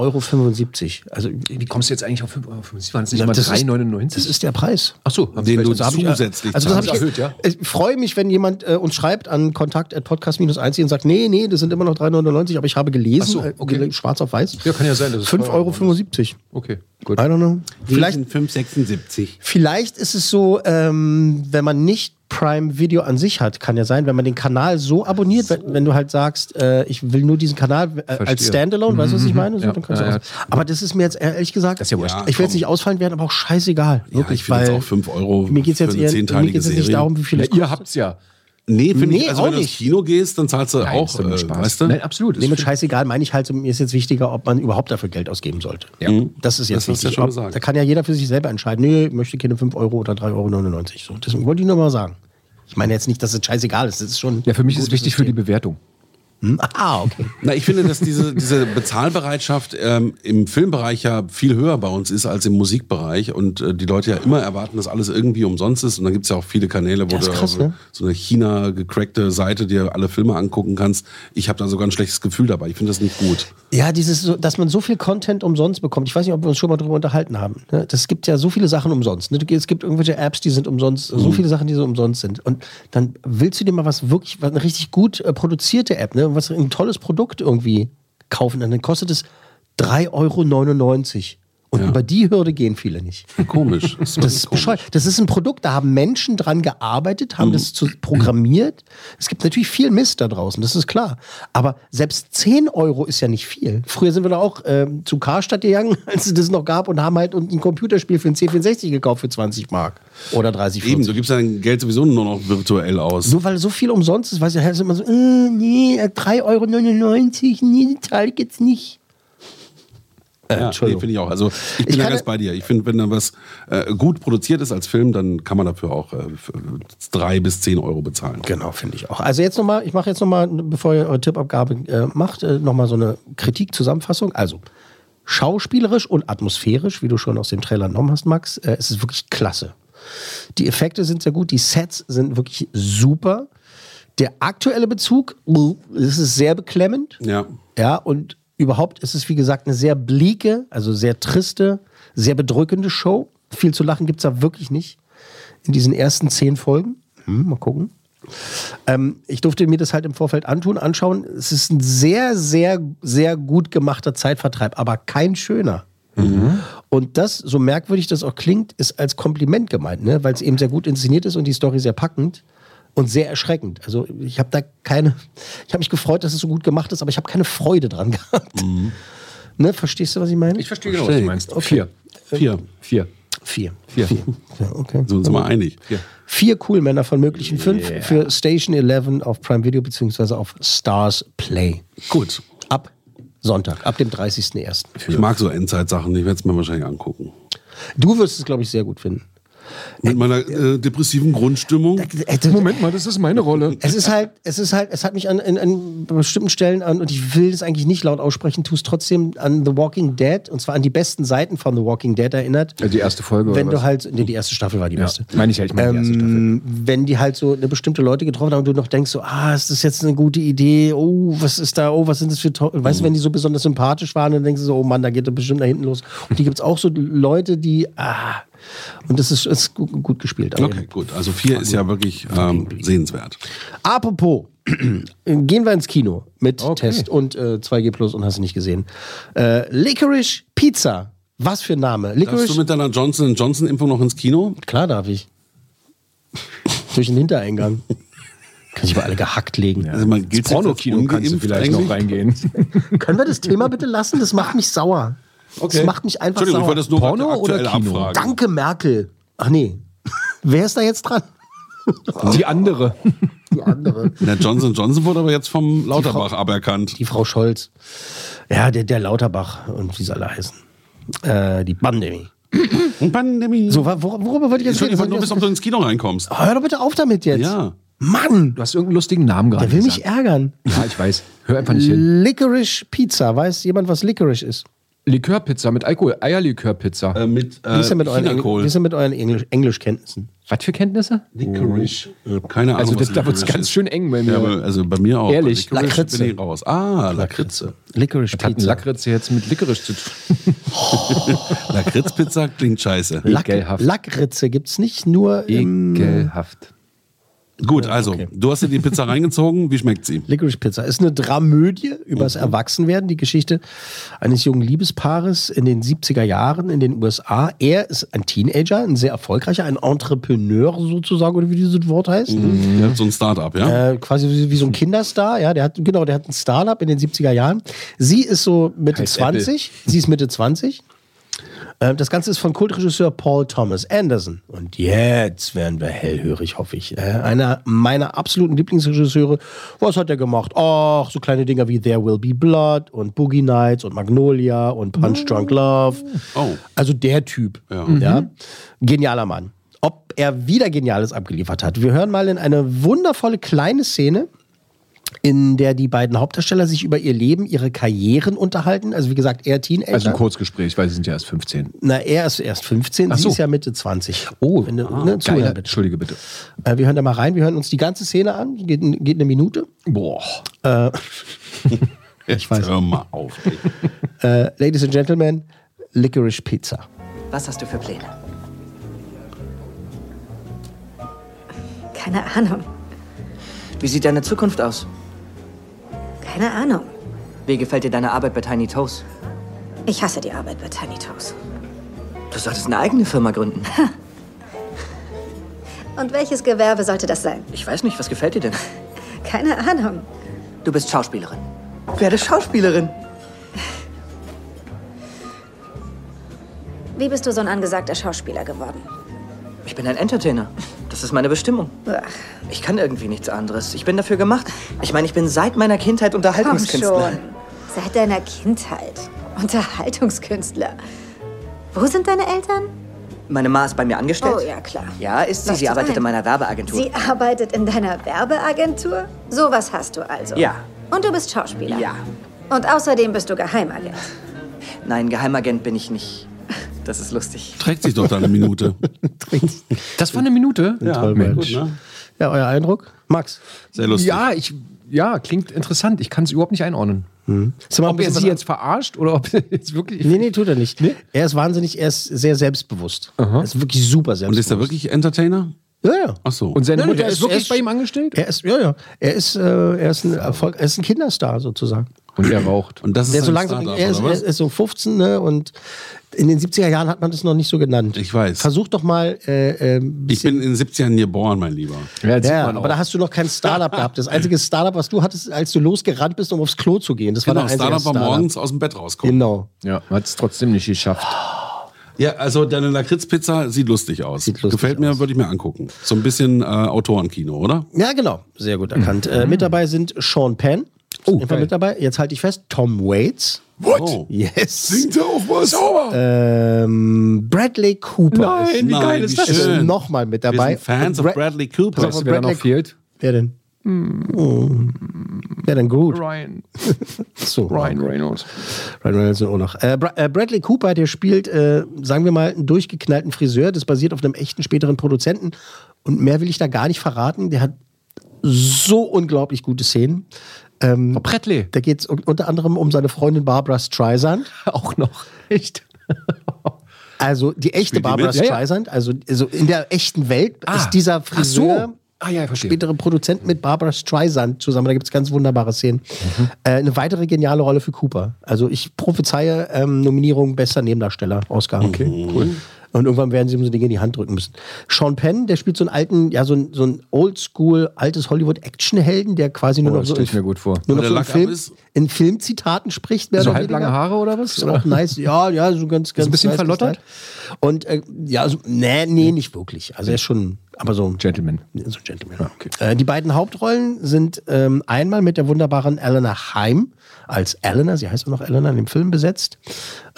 Speaker 2: Euro. Also,
Speaker 4: Wie kommst du jetzt eigentlich auf 5,50 Euro? Waren es
Speaker 2: na,
Speaker 4: nicht mal
Speaker 2: das ist-
Speaker 4: 3,99
Speaker 2: Das ist der Preis.
Speaker 4: Ach so, haben sie
Speaker 3: den du
Speaker 4: vielleicht- also hab ich-
Speaker 3: zusätzlich
Speaker 2: Also das habe ich
Speaker 4: erhöht, ja.
Speaker 2: Ich freue mich, wenn jemand äh, uns schreibt an kontakt.podcast-1 und sagt, nee, nee, das sind immer noch 3,99, aber ich habe gelesen,
Speaker 4: Ach so,
Speaker 2: äh,
Speaker 4: okay.
Speaker 2: gel- schwarz auf weiß.
Speaker 4: Ja, kann ja sein, dass es
Speaker 2: 5,75
Speaker 4: teurer
Speaker 2: Euro. I
Speaker 4: Okay, gut.
Speaker 2: don't know. Vielleicht,
Speaker 3: 576.
Speaker 2: vielleicht ist es so, ähm, wenn man nicht Prime Video an sich hat, kann ja sein, wenn man den Kanal so abonniert, wenn, wenn du halt sagst, äh, ich will nur diesen Kanal äh, als
Speaker 4: Verstehe. Mhm.
Speaker 2: Standalone, weißt du, was ich meine? So,
Speaker 4: Ja,
Speaker 2: dann kannst du
Speaker 4: ja,
Speaker 2: auch- Aber das ist mir jetzt ehrlich gesagt,
Speaker 4: Das ist ja wurscht.
Speaker 2: ich will jetzt nicht ausfallen werden, aber auch scheißegal.
Speaker 3: Ja,
Speaker 2: Wirklich,
Speaker 3: ich finde jetzt
Speaker 2: weil
Speaker 3: auch 5 Euro
Speaker 2: mir geht es jetzt
Speaker 3: für eine
Speaker 2: eher mir
Speaker 3: zehnteilige
Speaker 2: geht's jetzt nicht
Speaker 3: Serie.
Speaker 2: darum, wie viel
Speaker 4: Na,
Speaker 2: es kostet.
Speaker 4: ihr habt's ja.
Speaker 3: nee, finde
Speaker 2: Nee,
Speaker 3: ich, also
Speaker 2: auch
Speaker 3: wenn du ins
Speaker 2: nicht.
Speaker 3: Kino gehst, dann zahlst du
Speaker 4: Nein, ist
Speaker 3: auch,
Speaker 4: doch nur
Speaker 3: äh,
Speaker 4: Spaß.
Speaker 3: weißt du?
Speaker 4: Nein, absolut.
Speaker 2: Nee,
Speaker 4: Das
Speaker 2: mit scheißegal meine ich halt, mir ist jetzt wichtiger, ob man überhaupt dafür Geld ausgeben sollte.
Speaker 4: Ja.
Speaker 2: Das ist jetzt
Speaker 3: Das hast du ja
Speaker 2: wichtig.
Speaker 3: schon
Speaker 2: Ob-
Speaker 3: gesagt.
Speaker 2: Da kann ja jeder für sich selber entscheiden, nee, ich möchte keine 5 Euro oder 3,99 Euro. So, deswegen wollte ich nur mal sagen. Ich meine jetzt nicht, dass es scheißegal ist. Das ist schon.
Speaker 4: ja, für mich
Speaker 2: ein
Speaker 4: ist
Speaker 2: gutes
Speaker 4: wichtig für die
Speaker 2: System.
Speaker 4: Bewertung.
Speaker 2: Hm? Ah, okay.
Speaker 3: Na, ich finde, dass diese, diese Bezahlbereitschaft ähm, im Filmbereich ja viel höher bei uns ist als im Musikbereich und äh, die Leute ja immer erwarten, dass alles irgendwie umsonst ist und dann gibt es ja auch viele Kanäle, wo
Speaker 2: Das
Speaker 3: du also
Speaker 2: ist krass, ne?
Speaker 3: so eine China-gecrackte Seite dir alle Filme angucken kannst. Ich habe da sogar ein schlechtes Gefühl dabei. Ich finde das nicht gut.
Speaker 2: Ja, dieses, so- dass man so viel Content umsonst bekommt. Ich weiß nicht, ob wir uns schon mal drüber unterhalten haben. ne? Das gibt ja so viele Sachen umsonst. ne? Es gibt irgendwelche Apps, die sind umsonst, so viele Sachen, die so umsonst sind. Und dann willst du dir mal was wirklich, was eine richtig gut äh, produzierte App, ne? was ein tolles Produkt irgendwie kaufen. Und dann kostet es 3,99 Euro. Und über die Hürde gehen viele nicht.
Speaker 3: Komisch. Mhm. Das
Speaker 2: Das ist bescheuert. Das ist ein Produkt, da haben Menschen dran gearbeitet, haben das zu, programmiert. Es gibt natürlich viel Mist da draußen, das ist klar. Aber selbst 10 Euro ist ja nicht viel. Früher sind wir da auch ähm, zu Karstadt gegangen, als es das noch gab, und haben halt ein Computerspiel für den C64 gekauft für 20 Mark oder 30, 40.
Speaker 3: Eben, du gibst dein Geld sowieso nur noch virtuell aus.
Speaker 2: So, weil so viel umsonst ist, weißt du, ist immer so, äh, nee, 3,99 Euro, nee, das teile ich jetzt nicht. Äh,
Speaker 3: Ja, nee,
Speaker 2: Entschuldigung.
Speaker 3: finde ich auch. Also ich bin
Speaker 2: Ich
Speaker 3: da
Speaker 2: kann-
Speaker 3: ganz bei dir. Ich finde, wenn da was äh, gut produziert ist als Film, dann kann man dafür auch äh, für drei bis zehn Euro bezahlen.
Speaker 2: Genau, finde ich auch. Also jetzt nochmal, ich mache jetzt nochmal, bevor ihr eure Tippabgabe äh, macht, äh, nochmal so eine Kritikzusammenfassung. Also schauspielerisch und atmosphärisch, wie du schon aus dem Trailer entnommen hast, Max, äh, es ist wirklich klasse. Die Effekte sind sehr gut, die Sets sind wirklich super. Der aktuelle Bezug, uh, es ist sehr beklemmend.
Speaker 4: Ähm,
Speaker 3: Ja.
Speaker 2: Ja, und überhaupt ist es, wie gesagt, eine sehr blieke, also sehr triste, sehr bedrückende Show. Viel zu lachen gibt es da wirklich nicht in diesen ersten zehn Folgen. Hm, mal gucken. Ähm, ich durfte mir das halt im Vorfeld antun, anschauen. Es ist ein sehr, sehr, sehr gut gemachter Zeitvertreib, aber kein schöner. Mhm. Und das, so merkwürdig das auch klingt, ist als Kompliment gemeint, ne? weil es eben sehr gut inszeniert ist und die Story sehr packend und sehr erschreckend. Also ich habe da keine, ich habe mich gefreut, dass es so gut gemacht ist, aber ich habe keine Freude dran gehabt. Ne? Verstehst du, was ich meine?
Speaker 4: Ich verstehe genau, was du meinst. Vier.
Speaker 3: Vier.
Speaker 4: Vier.
Speaker 2: Vier.
Speaker 4: Vier.
Speaker 2: Ja, okay.
Speaker 3: Sind wir uns mal einig.
Speaker 2: Vier Coolmänner von möglichen fünf für Station 11 auf Prime Video beziehungsweise auf Stars Play.
Speaker 3: Gut.
Speaker 2: Ab Sonntag, ab dem 30.01.
Speaker 3: Ich mag so Endzeitsachen, ich werde es mir wahrscheinlich angucken.
Speaker 2: Du wirst es, glaube ich, sehr gut finden.
Speaker 3: Mit meiner äh, depressiven Grundstimmung.
Speaker 4: Moment mal, das ist meine Rolle.
Speaker 2: Es ist halt, es ist halt, es hat mich an, an, an bestimmten Stellen an, und ich will das eigentlich nicht laut aussprechen, tue es trotzdem an The Walking Dead, und zwar an die besten Seiten von The Walking Dead erinnert.
Speaker 4: Also die erste Folge
Speaker 2: Wenn du
Speaker 4: oder was?
Speaker 2: halt, nee, die erste Staffel war die
Speaker 4: Ja,
Speaker 2: beste.
Speaker 4: meine ich ja, ich meine die erste
Speaker 2: ähm, Wenn die halt so eine bestimmte Leute getroffen haben und du noch denkst so, ah, ist das jetzt eine gute Idee? Oh, was ist da? Oh, was sind das für toll? Weißt du, wenn die so besonders sympathisch waren, dann denkst du so, oh Mann, da geht doch bestimmt nach hinten los. Und die gibt es auch so Leute, die, ah, und das ist, ist gut, gut gespielt. Aber
Speaker 3: Okay, gut. Also vier ist ja wirklich ähm, sehenswert.
Speaker 2: Apropos, gehen wir ins Kino mit Test und äh, 2G Plus und hast du nicht gesehen. Äh, Licorice Pizza. Was für ein Name.
Speaker 3: Darfst du
Speaker 2: Licorice.
Speaker 3: mit deiner Johnson Johnson Impfung noch ins Kino?
Speaker 2: Klar darf ich. Durch den Hintereingang. Kann ich mal alle gehackt legen.
Speaker 3: Also man gilt
Speaker 4: Pornokino kannst du vielleicht noch reingehen.
Speaker 2: Können wir das Thema bitte lassen? Das macht mich sauer. Das macht mich einfach
Speaker 3: Entschuldigung, ich
Speaker 2: sauer.
Speaker 3: wollte das nur
Speaker 4: Porno
Speaker 3: aktuell
Speaker 4: oder Kino?
Speaker 3: abfragen.
Speaker 2: Danke, Merkel. Ach nee. Wer ist da jetzt dran?
Speaker 4: Die andere.
Speaker 2: Die andere.
Speaker 3: Na, Johnson Johnson wurde aber jetzt vom Lauterbach aberkannt.
Speaker 2: Die Frau Scholz. Ja, der, der Lauterbach und wie soll er heißen? Äh, die Pandemie.
Speaker 3: Pandemie.
Speaker 2: So, wa- wor worüber wollte ich jetzt
Speaker 3: Entschuldigung,
Speaker 2: reden?
Speaker 3: ich wollte nur wissen, ob du ins Kino reinkommst.
Speaker 2: Hör doch bitte auf damit Ah, jetzt.
Speaker 3: Ja.
Speaker 2: Mann,
Speaker 4: Du hast irgendeinen lustigen Namen gerade.
Speaker 2: der will mich
Speaker 4: gesagt.
Speaker 2: ärgern.
Speaker 4: Ja, ich weiß. Hör einfach nicht hin.
Speaker 2: Licorice Pizza. Weiß jemand, was Licorice ist?
Speaker 4: Likörpizza mit Alkohol. Eierlikörpizza.
Speaker 3: Äh, mit
Speaker 2: Wie
Speaker 3: äh,
Speaker 2: ist denn mit euren, Engl- wie
Speaker 3: Chinakohl.
Speaker 2: ist denn mit euren Englisch Englischkenntnissen?
Speaker 4: Was für Kenntnisse?
Speaker 3: Licorice. Äh, Keine Ahnung.
Speaker 4: Also das,
Speaker 3: was
Speaker 4: da wird es
Speaker 3: Licorice
Speaker 4: ganz
Speaker 3: ist.
Speaker 4: schön eng bei mir.
Speaker 3: Ja, aber, also bei mir auch.
Speaker 4: Ehrlich,
Speaker 3: Bei Licorice
Speaker 2: Lakritze.
Speaker 3: Bin ich raus. Ah, Lakritze.
Speaker 2: Licorice
Speaker 4: Was hat ein
Speaker 2: Pizza.
Speaker 4: Lackritze jetzt mit Licorice zu tun?
Speaker 3: Lakritzpizza klingt scheiße.
Speaker 2: Lack
Speaker 4: Ekelhaft.
Speaker 2: Lackritze gibt es nicht nur
Speaker 4: Ähm,
Speaker 2: im
Speaker 4: Ekelhaft.
Speaker 3: Gut, also, du hast dir die Pizza reingezogen. Wie schmeckt sie?
Speaker 2: Licorice Pizza. Ist eine Dramödie über
Speaker 3: Mhm.
Speaker 2: das Erwachsenwerden, die Geschichte eines jungen Liebespaares in den 70er Jahren in den USA. Er ist ein Teenager, ein sehr erfolgreicher, ein Entrepreneur sozusagen, oder wie dieses Wort heißt.
Speaker 3: Ja, so ein Startup, ja?
Speaker 2: Äh, quasi wie, wie so ein Kinderstar, ja, der hat, genau, der hat ein Startup in den 70er Jahren. Sie ist so Mitte
Speaker 4: Heißt
Speaker 2: 20, sie ist Mitte 20. Äh, Das Ganze ist von Kultregisseur Paul Thomas Anderson. Und jetzt werden wir hellhörig, hoffe ich. Äh, Einer meiner absoluten Lieblingsregisseure. Was hat er gemacht? Ach, so kleine Dinger wie There Will Be Blood und Boogie Nights und Magnolia und Punch Drunk Love.
Speaker 3: Oh.
Speaker 2: Also der Typ.
Speaker 3: Ja.
Speaker 2: Ja. Genialer Mann. Ob er wieder Geniales abgeliefert hat. Wir hören mal in eine wundervolle kleine Szene, in der die beiden Hauptdarsteller sich über ihr Leben, ihre Karrieren unterhalten. Also wie gesagt, er Teenager.
Speaker 4: Also ein Kurzgespräch, weil sie sind ja erst 15.
Speaker 2: Na, er ist erst 15,
Speaker 4: Ach
Speaker 2: sie
Speaker 4: so.
Speaker 2: ist ja Mitte 20. Oh, Wenn du, ne, zuhören
Speaker 4: Geiler,
Speaker 2: bitte.
Speaker 4: Entschuldige bitte.
Speaker 2: Äh, wir hören da mal rein, wir hören uns die ganze Szene an, geht, geht eine Minute.
Speaker 4: Boah.
Speaker 2: Äh,
Speaker 3: ich weiß. Äh, Hör mal auf. ey.
Speaker 2: äh, Ladies and Gentlemen, Licorice Pizza.
Speaker 13: Was hast du für Pläne?
Speaker 7: Keine Ahnung.
Speaker 13: Wie sieht deine Zukunft aus?
Speaker 7: Keine Ahnung.
Speaker 13: Wie gefällt dir deine Arbeit bei Tiny Toes?
Speaker 7: Ich hasse die Arbeit bei Tiny Toes.
Speaker 13: Du solltest eine eigene Firma gründen.
Speaker 7: Und welches Gewerbe sollte das sein?
Speaker 13: Ich weiß nicht, was gefällt dir denn?
Speaker 7: Keine Ahnung.
Speaker 13: Du bist Schauspielerin. Werde Schauspielerin.
Speaker 7: Wie bist du so ein angesagter Schauspieler geworden?
Speaker 13: Ich bin ein Entertainer. Das ist meine Bestimmung.
Speaker 7: Ach,
Speaker 13: Ich kann irgendwie nichts anderes. Ich bin dafür gemacht. Ich meine, ich bin seit meiner Kindheit
Speaker 7: komm
Speaker 13: Unterhaltungskünstler.
Speaker 7: schon. Seit deiner Kindheit. Unterhaltungskünstler. Wo sind deine Eltern?
Speaker 13: Meine Ma ist bei mir angestellt.
Speaker 7: Oh ja, klar.
Speaker 13: Ja, ist sie.
Speaker 7: Was
Speaker 13: Sie
Speaker 7: du
Speaker 13: arbeitet
Speaker 7: ein-
Speaker 13: in meiner Werbeagentur.
Speaker 7: Sie arbeitet in deiner Werbeagentur? Sowas hast du also.
Speaker 13: Ja.
Speaker 7: Und du bist Schauspieler.
Speaker 13: Ja.
Speaker 7: Und außerdem bist du Geheimagent.
Speaker 13: Nein, Geheimagent bin ich nicht. Das ist lustig.
Speaker 3: Trägt sich doch da eine Minute.
Speaker 4: Das war eine Minute?
Speaker 3: Ja,
Speaker 4: Mensch.
Speaker 3: gut, ne?
Speaker 2: Ja, euer Eindruck? Max.
Speaker 3: Sehr lustig.
Speaker 4: Ja, ich, ja, klingt interessant. Ich kann es überhaupt nicht einordnen.
Speaker 2: Ist immer ein
Speaker 4: Ob er
Speaker 2: bisschen
Speaker 4: sie
Speaker 2: was-
Speaker 4: jetzt verarscht oder ob er jetzt wirklich.
Speaker 2: Nee, nee, tut er nicht. Er ist wahnsinnig, er ist sehr selbstbewusst. Er ist wirklich super
Speaker 3: Und ist
Speaker 2: selbstbewusst.
Speaker 3: er wirklich Entertainer?
Speaker 2: ja, ja.
Speaker 3: Ach so.
Speaker 4: Und seine
Speaker 2: Nee, nee,
Speaker 4: Mutter
Speaker 2: der
Speaker 4: ist
Speaker 2: ist-
Speaker 4: wirklich
Speaker 2: ist-
Speaker 4: bei ihm angestellt?
Speaker 2: Er ist, ja, ja. Er ist, äh, er ist ein Erfolg, er ist ein Kinderstar sozusagen.
Speaker 4: Und er raucht.
Speaker 3: Und das ist
Speaker 2: Der so
Speaker 3: ein
Speaker 2: langsam,
Speaker 3: Startup,
Speaker 2: er ist,
Speaker 3: oder
Speaker 2: er
Speaker 3: was?
Speaker 2: ist so 15, ne? Und in den 70er Jahren hat man das noch nicht so genannt.
Speaker 3: Ich weiß.
Speaker 2: Versuch doch mal, äh, ähm,
Speaker 3: Ich bin in den 70ern geboren, mein Lieber.
Speaker 4: Ja, jetzt sieht
Speaker 2: ja,
Speaker 4: man
Speaker 2: aber da
Speaker 4: auch.
Speaker 2: hast du noch kein Startup gehabt. Das einzige Startup, was du hattest, als du losgerannt bist, um aufs Klo zu gehen. also Das war
Speaker 3: Genau,
Speaker 2: der einzige
Speaker 3: Startup war
Speaker 2: Startup.
Speaker 3: morgens aus dem Bett rauskommen.
Speaker 2: Genau.
Speaker 4: Ja, hat es trotzdem nicht geschafft.
Speaker 3: Ja, also deine Lakritzpizza sieht lustig aus.
Speaker 2: Sieht lustig
Speaker 3: Gefällt mir, würde ich mir angucken. So ein bisschen äh, Autorenkino, oder?
Speaker 2: Ja, genau.
Speaker 3: Mhm.
Speaker 2: Sehr gut erkannt. Äh, mit dabei sind Sean Penn. Oh, mit dabei. Jetzt halte ich fest, Tom Waits. What? Yes.
Speaker 3: Singt er auch was? Sauber.
Speaker 2: Ähm, Bradley Cooper.
Speaker 3: Nein, wie geil Nein, ist das
Speaker 2: ist Also
Speaker 3: denn?
Speaker 2: nochmal mit
Speaker 3: Wir
Speaker 2: dabei.
Speaker 3: sind Fans of
Speaker 2: Brad-
Speaker 3: Bradley Cooper.
Speaker 2: Pass auf,
Speaker 3: Weißt du,
Speaker 2: und
Speaker 3: wer da noch
Speaker 2: Bradley-
Speaker 3: fehlt?
Speaker 2: Wer denn? Oh. Wer denn gut? Ryan. so. Ryan Reynolds. Ryan Reynolds auch noch. Äh, Bra äh, Bradley Cooper, der spielt, äh, sagen wir mal, einen durchgeknallten Friseur. Das basiert auf einem echten späteren Produzenten. Und mehr will ich da gar nicht verraten. Der hat so unglaublich gute Szenen. Ähm, Bradley. Da geht es unter anderem um seine Freundin Barbara Streisand. Auch noch. Echt? Also die echte
Speaker 4: Spielt die
Speaker 2: Barbara
Speaker 4: mit? Ja, ja.
Speaker 2: Streisand, also, also in der echten Welt
Speaker 4: Ah,
Speaker 2: ist dieser
Speaker 4: ach so.
Speaker 2: Friseur
Speaker 4: Ah, ja, ich verstehe.
Speaker 2: spätere Produzent mit Barbara Streisand zusammen. Da gibt es ganz wunderbare Szenen. Äh, eine weitere geniale Rolle für Cooper. Also ich prophezeie ähm, Nominierung bester Nebendarsteller, Oscar. Okay, cool. Und irgendwann werden sie ihm so Dinge in die Hand drücken müssen. Sean Penn, der spielt so einen alten, ja, so ein, so ein Oldschool, altes Hollywood-Action-Helden, der quasi nur
Speaker 4: Oh,
Speaker 2: noch
Speaker 4: das
Speaker 2: so,
Speaker 4: stell
Speaker 2: in,
Speaker 4: ich mir gut vor.
Speaker 2: Nur noch
Speaker 4: Wo der
Speaker 2: so in,
Speaker 4: Lack ab
Speaker 2: Film,
Speaker 4: ist?
Speaker 2: in Filmzitaten spricht. mehr
Speaker 4: So
Speaker 2: oder
Speaker 4: halblange
Speaker 2: weniger.
Speaker 4: Haare oder was?
Speaker 2: Ist auch nice. Ja, ja, so ganz, ganz
Speaker 4: ein bisschen
Speaker 2: nice
Speaker 4: verlottert?
Speaker 2: gestylt. Und äh, ja, also, nee, nee, nicht wirklich. Also er ist schon, aber so ein
Speaker 4: Gentleman.
Speaker 2: So ein Gentleman.
Speaker 3: Ah,
Speaker 2: Äh, die beiden Hauptrollen sind ähm, einmal mit der wunderbaren Eleanor Heim als Eleanor, sie heißt auch noch Eleanor in dem Film besetzt.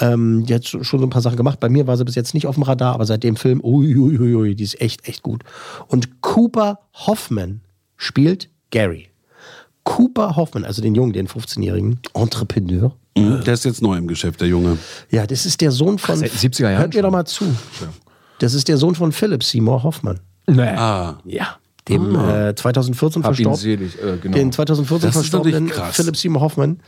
Speaker 2: Ähm, die hat so- schon so ein paar Sachen gemacht. Bei mir war sie bis jetzt nicht auf dem Radar, aber seit dem Film, uiuiuiui, die ist echt, echt gut. Und Cooper Hoffman spielt Gary. Cooper Hoffman, also den Jungen, den 15-jährigen Entrepreneur.
Speaker 3: Mhm, Der ist jetzt neu im Geschäft, der Junge.
Speaker 2: Ja, das ist der Sohn von.
Speaker 3: seit den 70er Jahren
Speaker 2: Hört mir doch mal zu. Das ist der Sohn von Philip Seymour Hoffman.
Speaker 4: Nee.
Speaker 3: Ah.
Speaker 2: Ja. Dem
Speaker 4: Ah.
Speaker 2: äh, 2014
Speaker 4: Hab ihn
Speaker 2: verstorben.
Speaker 4: selig, äh, genau.
Speaker 2: Den 2014
Speaker 4: Das ist natürlich
Speaker 2: verstorbenen
Speaker 4: krass.
Speaker 2: Philip Seymour Hoffman.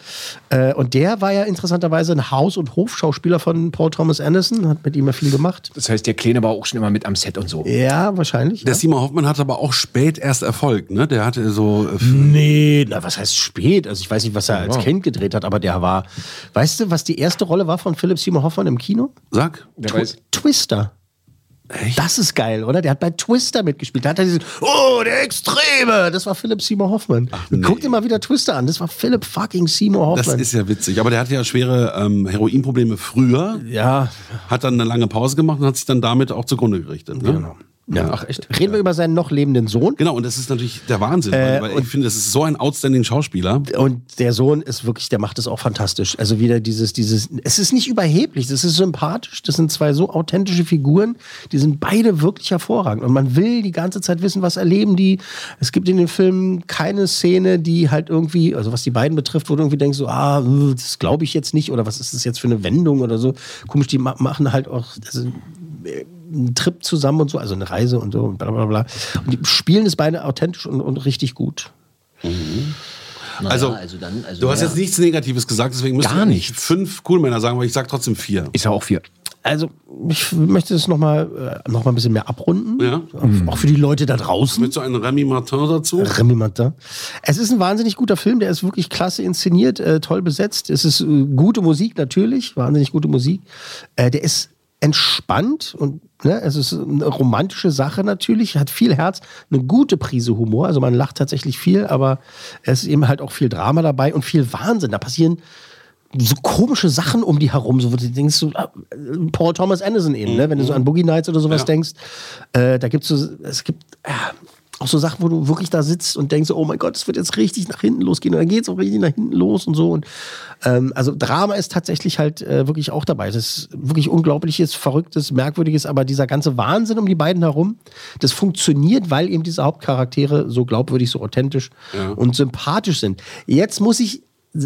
Speaker 2: Äh, und der war ja interessanterweise ein Haus- und Hofschauspieler von Paul Thomas Anderson, hat mit ihm ja viel gemacht.
Speaker 4: Das heißt, der Kleine war auch schon immer mit am Set und so.
Speaker 2: Ja, wahrscheinlich.
Speaker 3: Der Simon Hoffmann hat aber auch spät erst Erfolg, ne? Der hatte so. äh,
Speaker 2: Nee, na, was heißt spät? Also ich weiß nicht, was er als Kind gedreht hat, aber der war. Weißt du, was die erste Rolle war von Philip Seymour Hoffman im Kino?
Speaker 3: Sag.
Speaker 4: Wer
Speaker 2: Twi-
Speaker 4: weiß.
Speaker 2: Twister. Das ist geil, oder? Der hat bei Twister mitgespielt. Da hat er diesen, oh, der Extreme. Das war Philip Seymour Hoffman. Guck dir mal wieder Twister an. Das war Philip fucking Seymour
Speaker 3: Das
Speaker 2: Hoffman.
Speaker 3: ist ja witzig. Aber der hatte ja schwere ähm, Heroinprobleme früher.
Speaker 2: Ja.
Speaker 3: Hat dann eine lange Pause gemacht und hat sich dann damit auch zugrunde gerichtet. Ne? Genau.
Speaker 2: Ja. Ach, echt? Reden wir über seinen noch lebenden Sohn.
Speaker 3: Genau, und das ist natürlich der Wahnsinn,
Speaker 2: Äh,
Speaker 3: weil, weil ich finde, das ist so ein outstanding Schauspieler.
Speaker 2: Und der Sohn ist wirklich, der macht es auch fantastisch. Also wieder dieses, dieses, es ist nicht überheblich, das ist sympathisch. Das sind zwei so authentische Figuren, die sind beide wirklich hervorragend. Und man will die ganze Zeit wissen, was erleben die. Es gibt in den Filmen keine Szene, die halt irgendwie, also was die beiden betrifft, wo du irgendwie denkst, so, ah, äh, das glaube ich jetzt nicht oder was ist das jetzt für eine Wendung oder so. Komisch, die ma machen halt auch, also, äh, einen Trip zusammen und so, also eine Reise und so und bla bla bla. Und die spielen es beide authentisch und, und richtig gut.
Speaker 5: Naja,
Speaker 3: Also,
Speaker 5: also dann, also
Speaker 3: du hast
Speaker 5: ja.
Speaker 3: jetzt nichts Negatives gesagt, deswegen müssen wir nicht fünf Coolmänner sagen, aber ich sag trotzdem vier.
Speaker 4: Ich sag auch vier.
Speaker 2: Also, ich möchte es nochmal äh, noch mal ein bisschen mehr abrunden.
Speaker 3: Ja.
Speaker 2: Auch für die Leute da draußen.
Speaker 3: Mit so einem Remy Martin dazu.
Speaker 2: Remy Martin. Es ist ein wahnsinnig guter Film, der ist wirklich klasse inszeniert, äh, toll besetzt. Es ist äh, gute Musik natürlich, wahnsinnig gute Musik. Äh, der ist entspannt und ne, es ist eine romantische Sache natürlich, hat viel Herz, eine gute Prise Humor, also man lacht tatsächlich viel, aber es ist eben halt auch viel Drama dabei und viel Wahnsinn. Da passieren so komische Sachen um die herum, so wo du denkst, so, ah, Paul Thomas Anderson eben, ne? wenn du so an Boogie Nights oder sowas denkst, äh, da gibt's so, es gibt äh, auch so Sachen, wo du wirklich da sitzt und denkst, so, oh mein Gott, es wird jetzt richtig nach hinten losgehen und dann geht's auch richtig nach hinten los und so und ähm, also Drama ist tatsächlich halt äh, wirklich auch dabei, es ist wirklich unglaubliches, verrücktes, merkwürdiges, aber dieser ganze Wahnsinn um die beiden herum, das funktioniert, weil eben diese Hauptcharaktere so glaubwürdig, so authentisch
Speaker 3: Ja.
Speaker 2: und sympathisch sind. Jetzt muss ich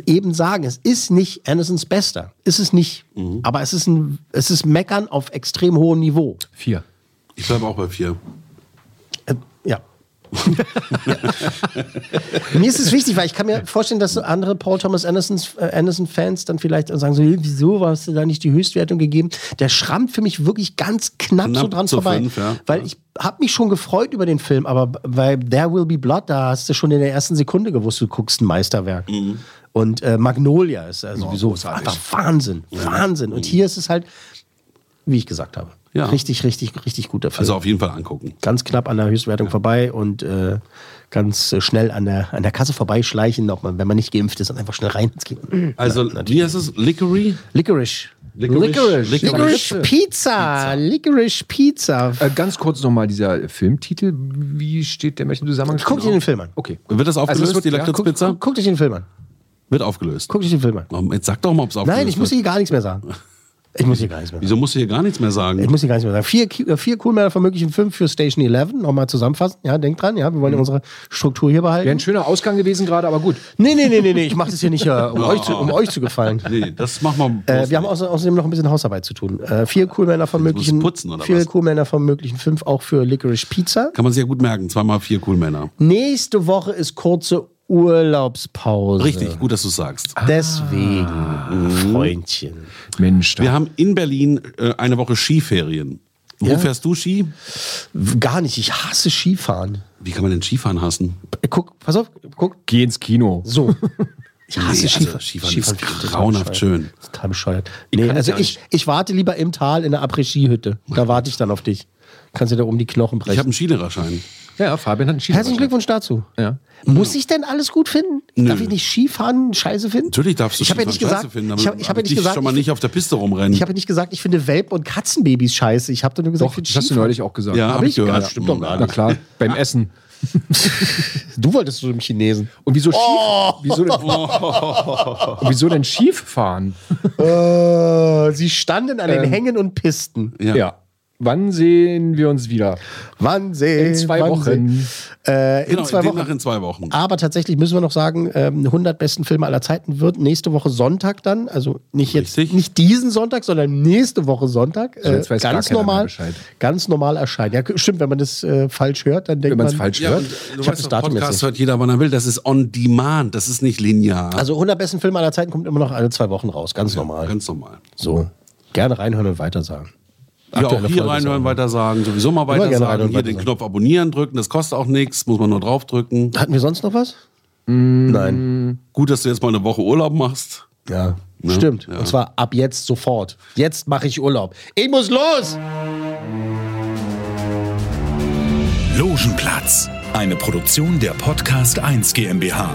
Speaker 2: eben sagen, es ist nicht Andersons Bester. Ist es nicht. Aber es ist, ein, es ist Meckern auf extrem hohem Niveau.
Speaker 4: Vier.
Speaker 3: Ich bleibe auch bei vier.
Speaker 2: Äh, Ja. Mir ist es wichtig, weil ich kann mir vorstellen, dass so andere Paul Thomas Andersons, äh, Anderson-Fans dann vielleicht sagen so, wieso hast du da nicht die Höchstwertung gegeben? Der schrammt für mich wirklich ganz knapp, so
Speaker 3: Knapp
Speaker 2: dran
Speaker 3: zu
Speaker 2: vorbei.
Speaker 3: fünf, ja.
Speaker 2: Weil ich habe mich schon gefreut über den Film, aber bei There Will Be Blood, da hast du schon in der ersten Sekunde gewusst, du guckst ein Meisterwerk.
Speaker 3: Mhm.
Speaker 2: Und äh, Magnolia ist also sowieso einfach Wahnsinn, Wahnsinn. Und hier ist es halt, wie ich gesagt habe,
Speaker 3: Mhm. Ja.
Speaker 2: richtig, richtig, richtig guter Film
Speaker 3: Also auf jeden Fall angucken.
Speaker 2: ganz knapp an der Höchstwertung vorbei und äh, ganz äh, schnell an der, an der Kasse vorbeischleichen, ob man, wenn man nicht geimpft ist, und einfach schnell rein ins Kino.
Speaker 3: Also, wie heißt es? Lickery?
Speaker 2: Licorice.
Speaker 3: Licorice.
Speaker 2: Licorice,
Speaker 3: Licorice.
Speaker 2: Pizza. Licorice Pizza.
Speaker 4: Äh, ganz kurz nochmal dieser Filmtitel. Wie steht der mit dem Zusammenhang?
Speaker 2: Guckt dir den Film an.
Speaker 4: Okay.
Speaker 2: Also
Speaker 3: Wird das aufgelöst,
Speaker 4: es wird-
Speaker 3: die
Speaker 4: ja,
Speaker 3: Lakritzpizza?
Speaker 2: Guckt euch den Film an.
Speaker 3: Wird aufgelöst. Oh,
Speaker 2: Guck dich den Film an.
Speaker 3: Jetzt sag doch mal, ob es aufgelöst
Speaker 2: Nein, ich muss
Speaker 3: wird.
Speaker 2: hier gar nichts mehr sagen. Ich muss hier gar nichts mehr
Speaker 3: Wieso musst du hier gar nichts mehr sagen?
Speaker 2: Ich muss hier gar nichts mehr sagen. Vier, Ki- äh, vier Coolmänner von möglichen fünf für Station 11. Nochmal zusammenfassen. Ja, denkt dran. Ja, wir wollen ja unsere Struktur hier behalten. Wäre ein
Speaker 4: schöner Ausgang gewesen gerade, aber gut.
Speaker 2: Nee, nee, nee, nee, nee. Ich mache das hier nicht, äh, um, euch zu, um euch zu gefallen.
Speaker 3: Nee, das machen wir.
Speaker 2: Äh, wir haben außer- außerdem noch ein bisschen Hausarbeit zu tun. Äh, vier Coolmänner von möglichen
Speaker 3: putzen, oder
Speaker 2: vier
Speaker 3: was?
Speaker 2: Coolmänner von möglichen fünf auch für Licorice Pizza.
Speaker 3: Kann man sich ja gut merken. Zweimal vier cool Männer.
Speaker 2: Nächste Woche ist kurze Urlaubspause.
Speaker 3: Richtig, Ah. gut, dass du sagst.
Speaker 2: Ah, Deswegen, Freundchen.
Speaker 4: Mensch,
Speaker 3: Wir haben in Berlin äh, eine Woche Skiferien. Wo
Speaker 2: Ja.
Speaker 3: fährst du Ski?
Speaker 2: Gar nicht. Ich hasse Skifahren.
Speaker 3: Wie kann man denn Skifahren hassen?
Speaker 2: Guck, pass auf, guck.
Speaker 4: Geh ins Kino.
Speaker 2: So. Ich hasse
Speaker 3: Nee, also
Speaker 2: Skifahren.
Speaker 3: Skifahren ist
Speaker 2: finde ich total
Speaker 3: grauenhaft
Speaker 2: bescheuert.
Speaker 3: schön.
Speaker 2: Total bescheuert. Nee,
Speaker 3: kann
Speaker 2: also
Speaker 3: das ja
Speaker 2: ich, ich warte lieber im Tal in der Après-Ski-Hütte. Da warte ich dann auf dich. Kannst dir da oben die Knochen brechen.
Speaker 3: Ich habe einen Skilehrerschein.
Speaker 4: Ja, Fabian hat einen Schießer.
Speaker 2: Herzlichen Glückwunsch dazu.
Speaker 4: Ja.
Speaker 2: Muss ich denn alles gut finden?
Speaker 3: Nö.
Speaker 2: Darf ich nicht Skifahren scheiße finden?
Speaker 3: Natürlich darfst du
Speaker 2: Ich habe ja
Speaker 3: Skifahren
Speaker 2: nicht gesagt,
Speaker 3: scheiße finden,
Speaker 2: ich habe ich hab ja
Speaker 3: dich
Speaker 2: nicht gesagt,
Speaker 3: schon mal
Speaker 2: ich-
Speaker 3: nicht auf der Piste rumrennen.
Speaker 2: ich habe ja nicht gesagt, ich finde Welpen und Katzenbabys scheiße. Ich habe nur gesagt,
Speaker 4: Doch,
Speaker 2: ich finde
Speaker 4: das hast du
Speaker 2: Skifahren-
Speaker 4: neulich auch gesagt.
Speaker 3: Ja,
Speaker 2: Hab
Speaker 3: hab ich
Speaker 2: ich?
Speaker 3: gehört.
Speaker 2: Ja, stimmt doch gar
Speaker 4: Na
Speaker 2: nicht.
Speaker 4: klar, beim Essen.
Speaker 2: Du wolltest zu dem Chinesen.
Speaker 4: Und wieso,
Speaker 14: Oh.
Speaker 4: Skif wieso, denn, und wieso denn schief fahren?
Speaker 2: Äh, sie standen an den
Speaker 4: Ähm.
Speaker 2: Hängen und Pisten.
Speaker 3: Ja.
Speaker 4: Wann sehen wir uns wieder?
Speaker 2: Wann sehen?
Speaker 4: In zwei
Speaker 2: wann
Speaker 4: Wochen.
Speaker 2: sehen? Äh, in
Speaker 3: genau,
Speaker 2: zwei
Speaker 3: demnach
Speaker 2: Wochen.
Speaker 3: in zwei Wochen.
Speaker 2: Aber tatsächlich müssen wir noch sagen, ähm, 100 besten Filme aller Zeiten wird nächste Woche Sonntag dann, also nicht jetzt,
Speaker 3: Richtig.
Speaker 2: nicht diesen Sonntag, sondern nächste Woche Sonntag, äh,
Speaker 4: Also jetzt weiß gar
Speaker 2: ganz
Speaker 4: keiner mehr
Speaker 2: normal,
Speaker 4: Bescheid.
Speaker 2: ganz normal erscheinen. Ja, stimmt, wenn man das äh, falsch hört, dann denkt
Speaker 4: Wenn man es
Speaker 2: man
Speaker 4: falsch
Speaker 3: Ja,
Speaker 4: hört.
Speaker 3: und du
Speaker 2: Ich hab
Speaker 3: weißt,
Speaker 2: das
Speaker 3: das
Speaker 2: Datum jetzt
Speaker 3: Podcast
Speaker 2: nicht.
Speaker 3: hört jeder, wann er will. Das ist on demand. Das ist nicht linear.
Speaker 2: Also 100 besten Filme aller Zeiten kommt immer noch alle zwei Wochen raus, ganz normal.
Speaker 3: Ganz normal.
Speaker 2: so, gerne reinhören und weitersagen.
Speaker 3: Ja, auch
Speaker 2: Aktuelle
Speaker 3: hier
Speaker 2: Folge
Speaker 3: reinhören,
Speaker 2: sagen.
Speaker 3: weiter sagen, sowieso mal weiter
Speaker 2: gerne rein
Speaker 3: sagen.
Speaker 2: und
Speaker 3: Hier den
Speaker 2: weitersagen.
Speaker 3: Knopf abonnieren drücken, das kostet auch nichts, muss man nur draufdrücken.
Speaker 2: Hatten wir sonst noch was? Nein.
Speaker 3: Gut, dass du jetzt mal eine Woche Urlaub machst.
Speaker 2: Ja, stimmt. Und zwar ab jetzt sofort. Jetzt mache ich Urlaub. Ich muss los!
Speaker 1: Logenplatz. Eine Produktion der Podcast 1 GmbH.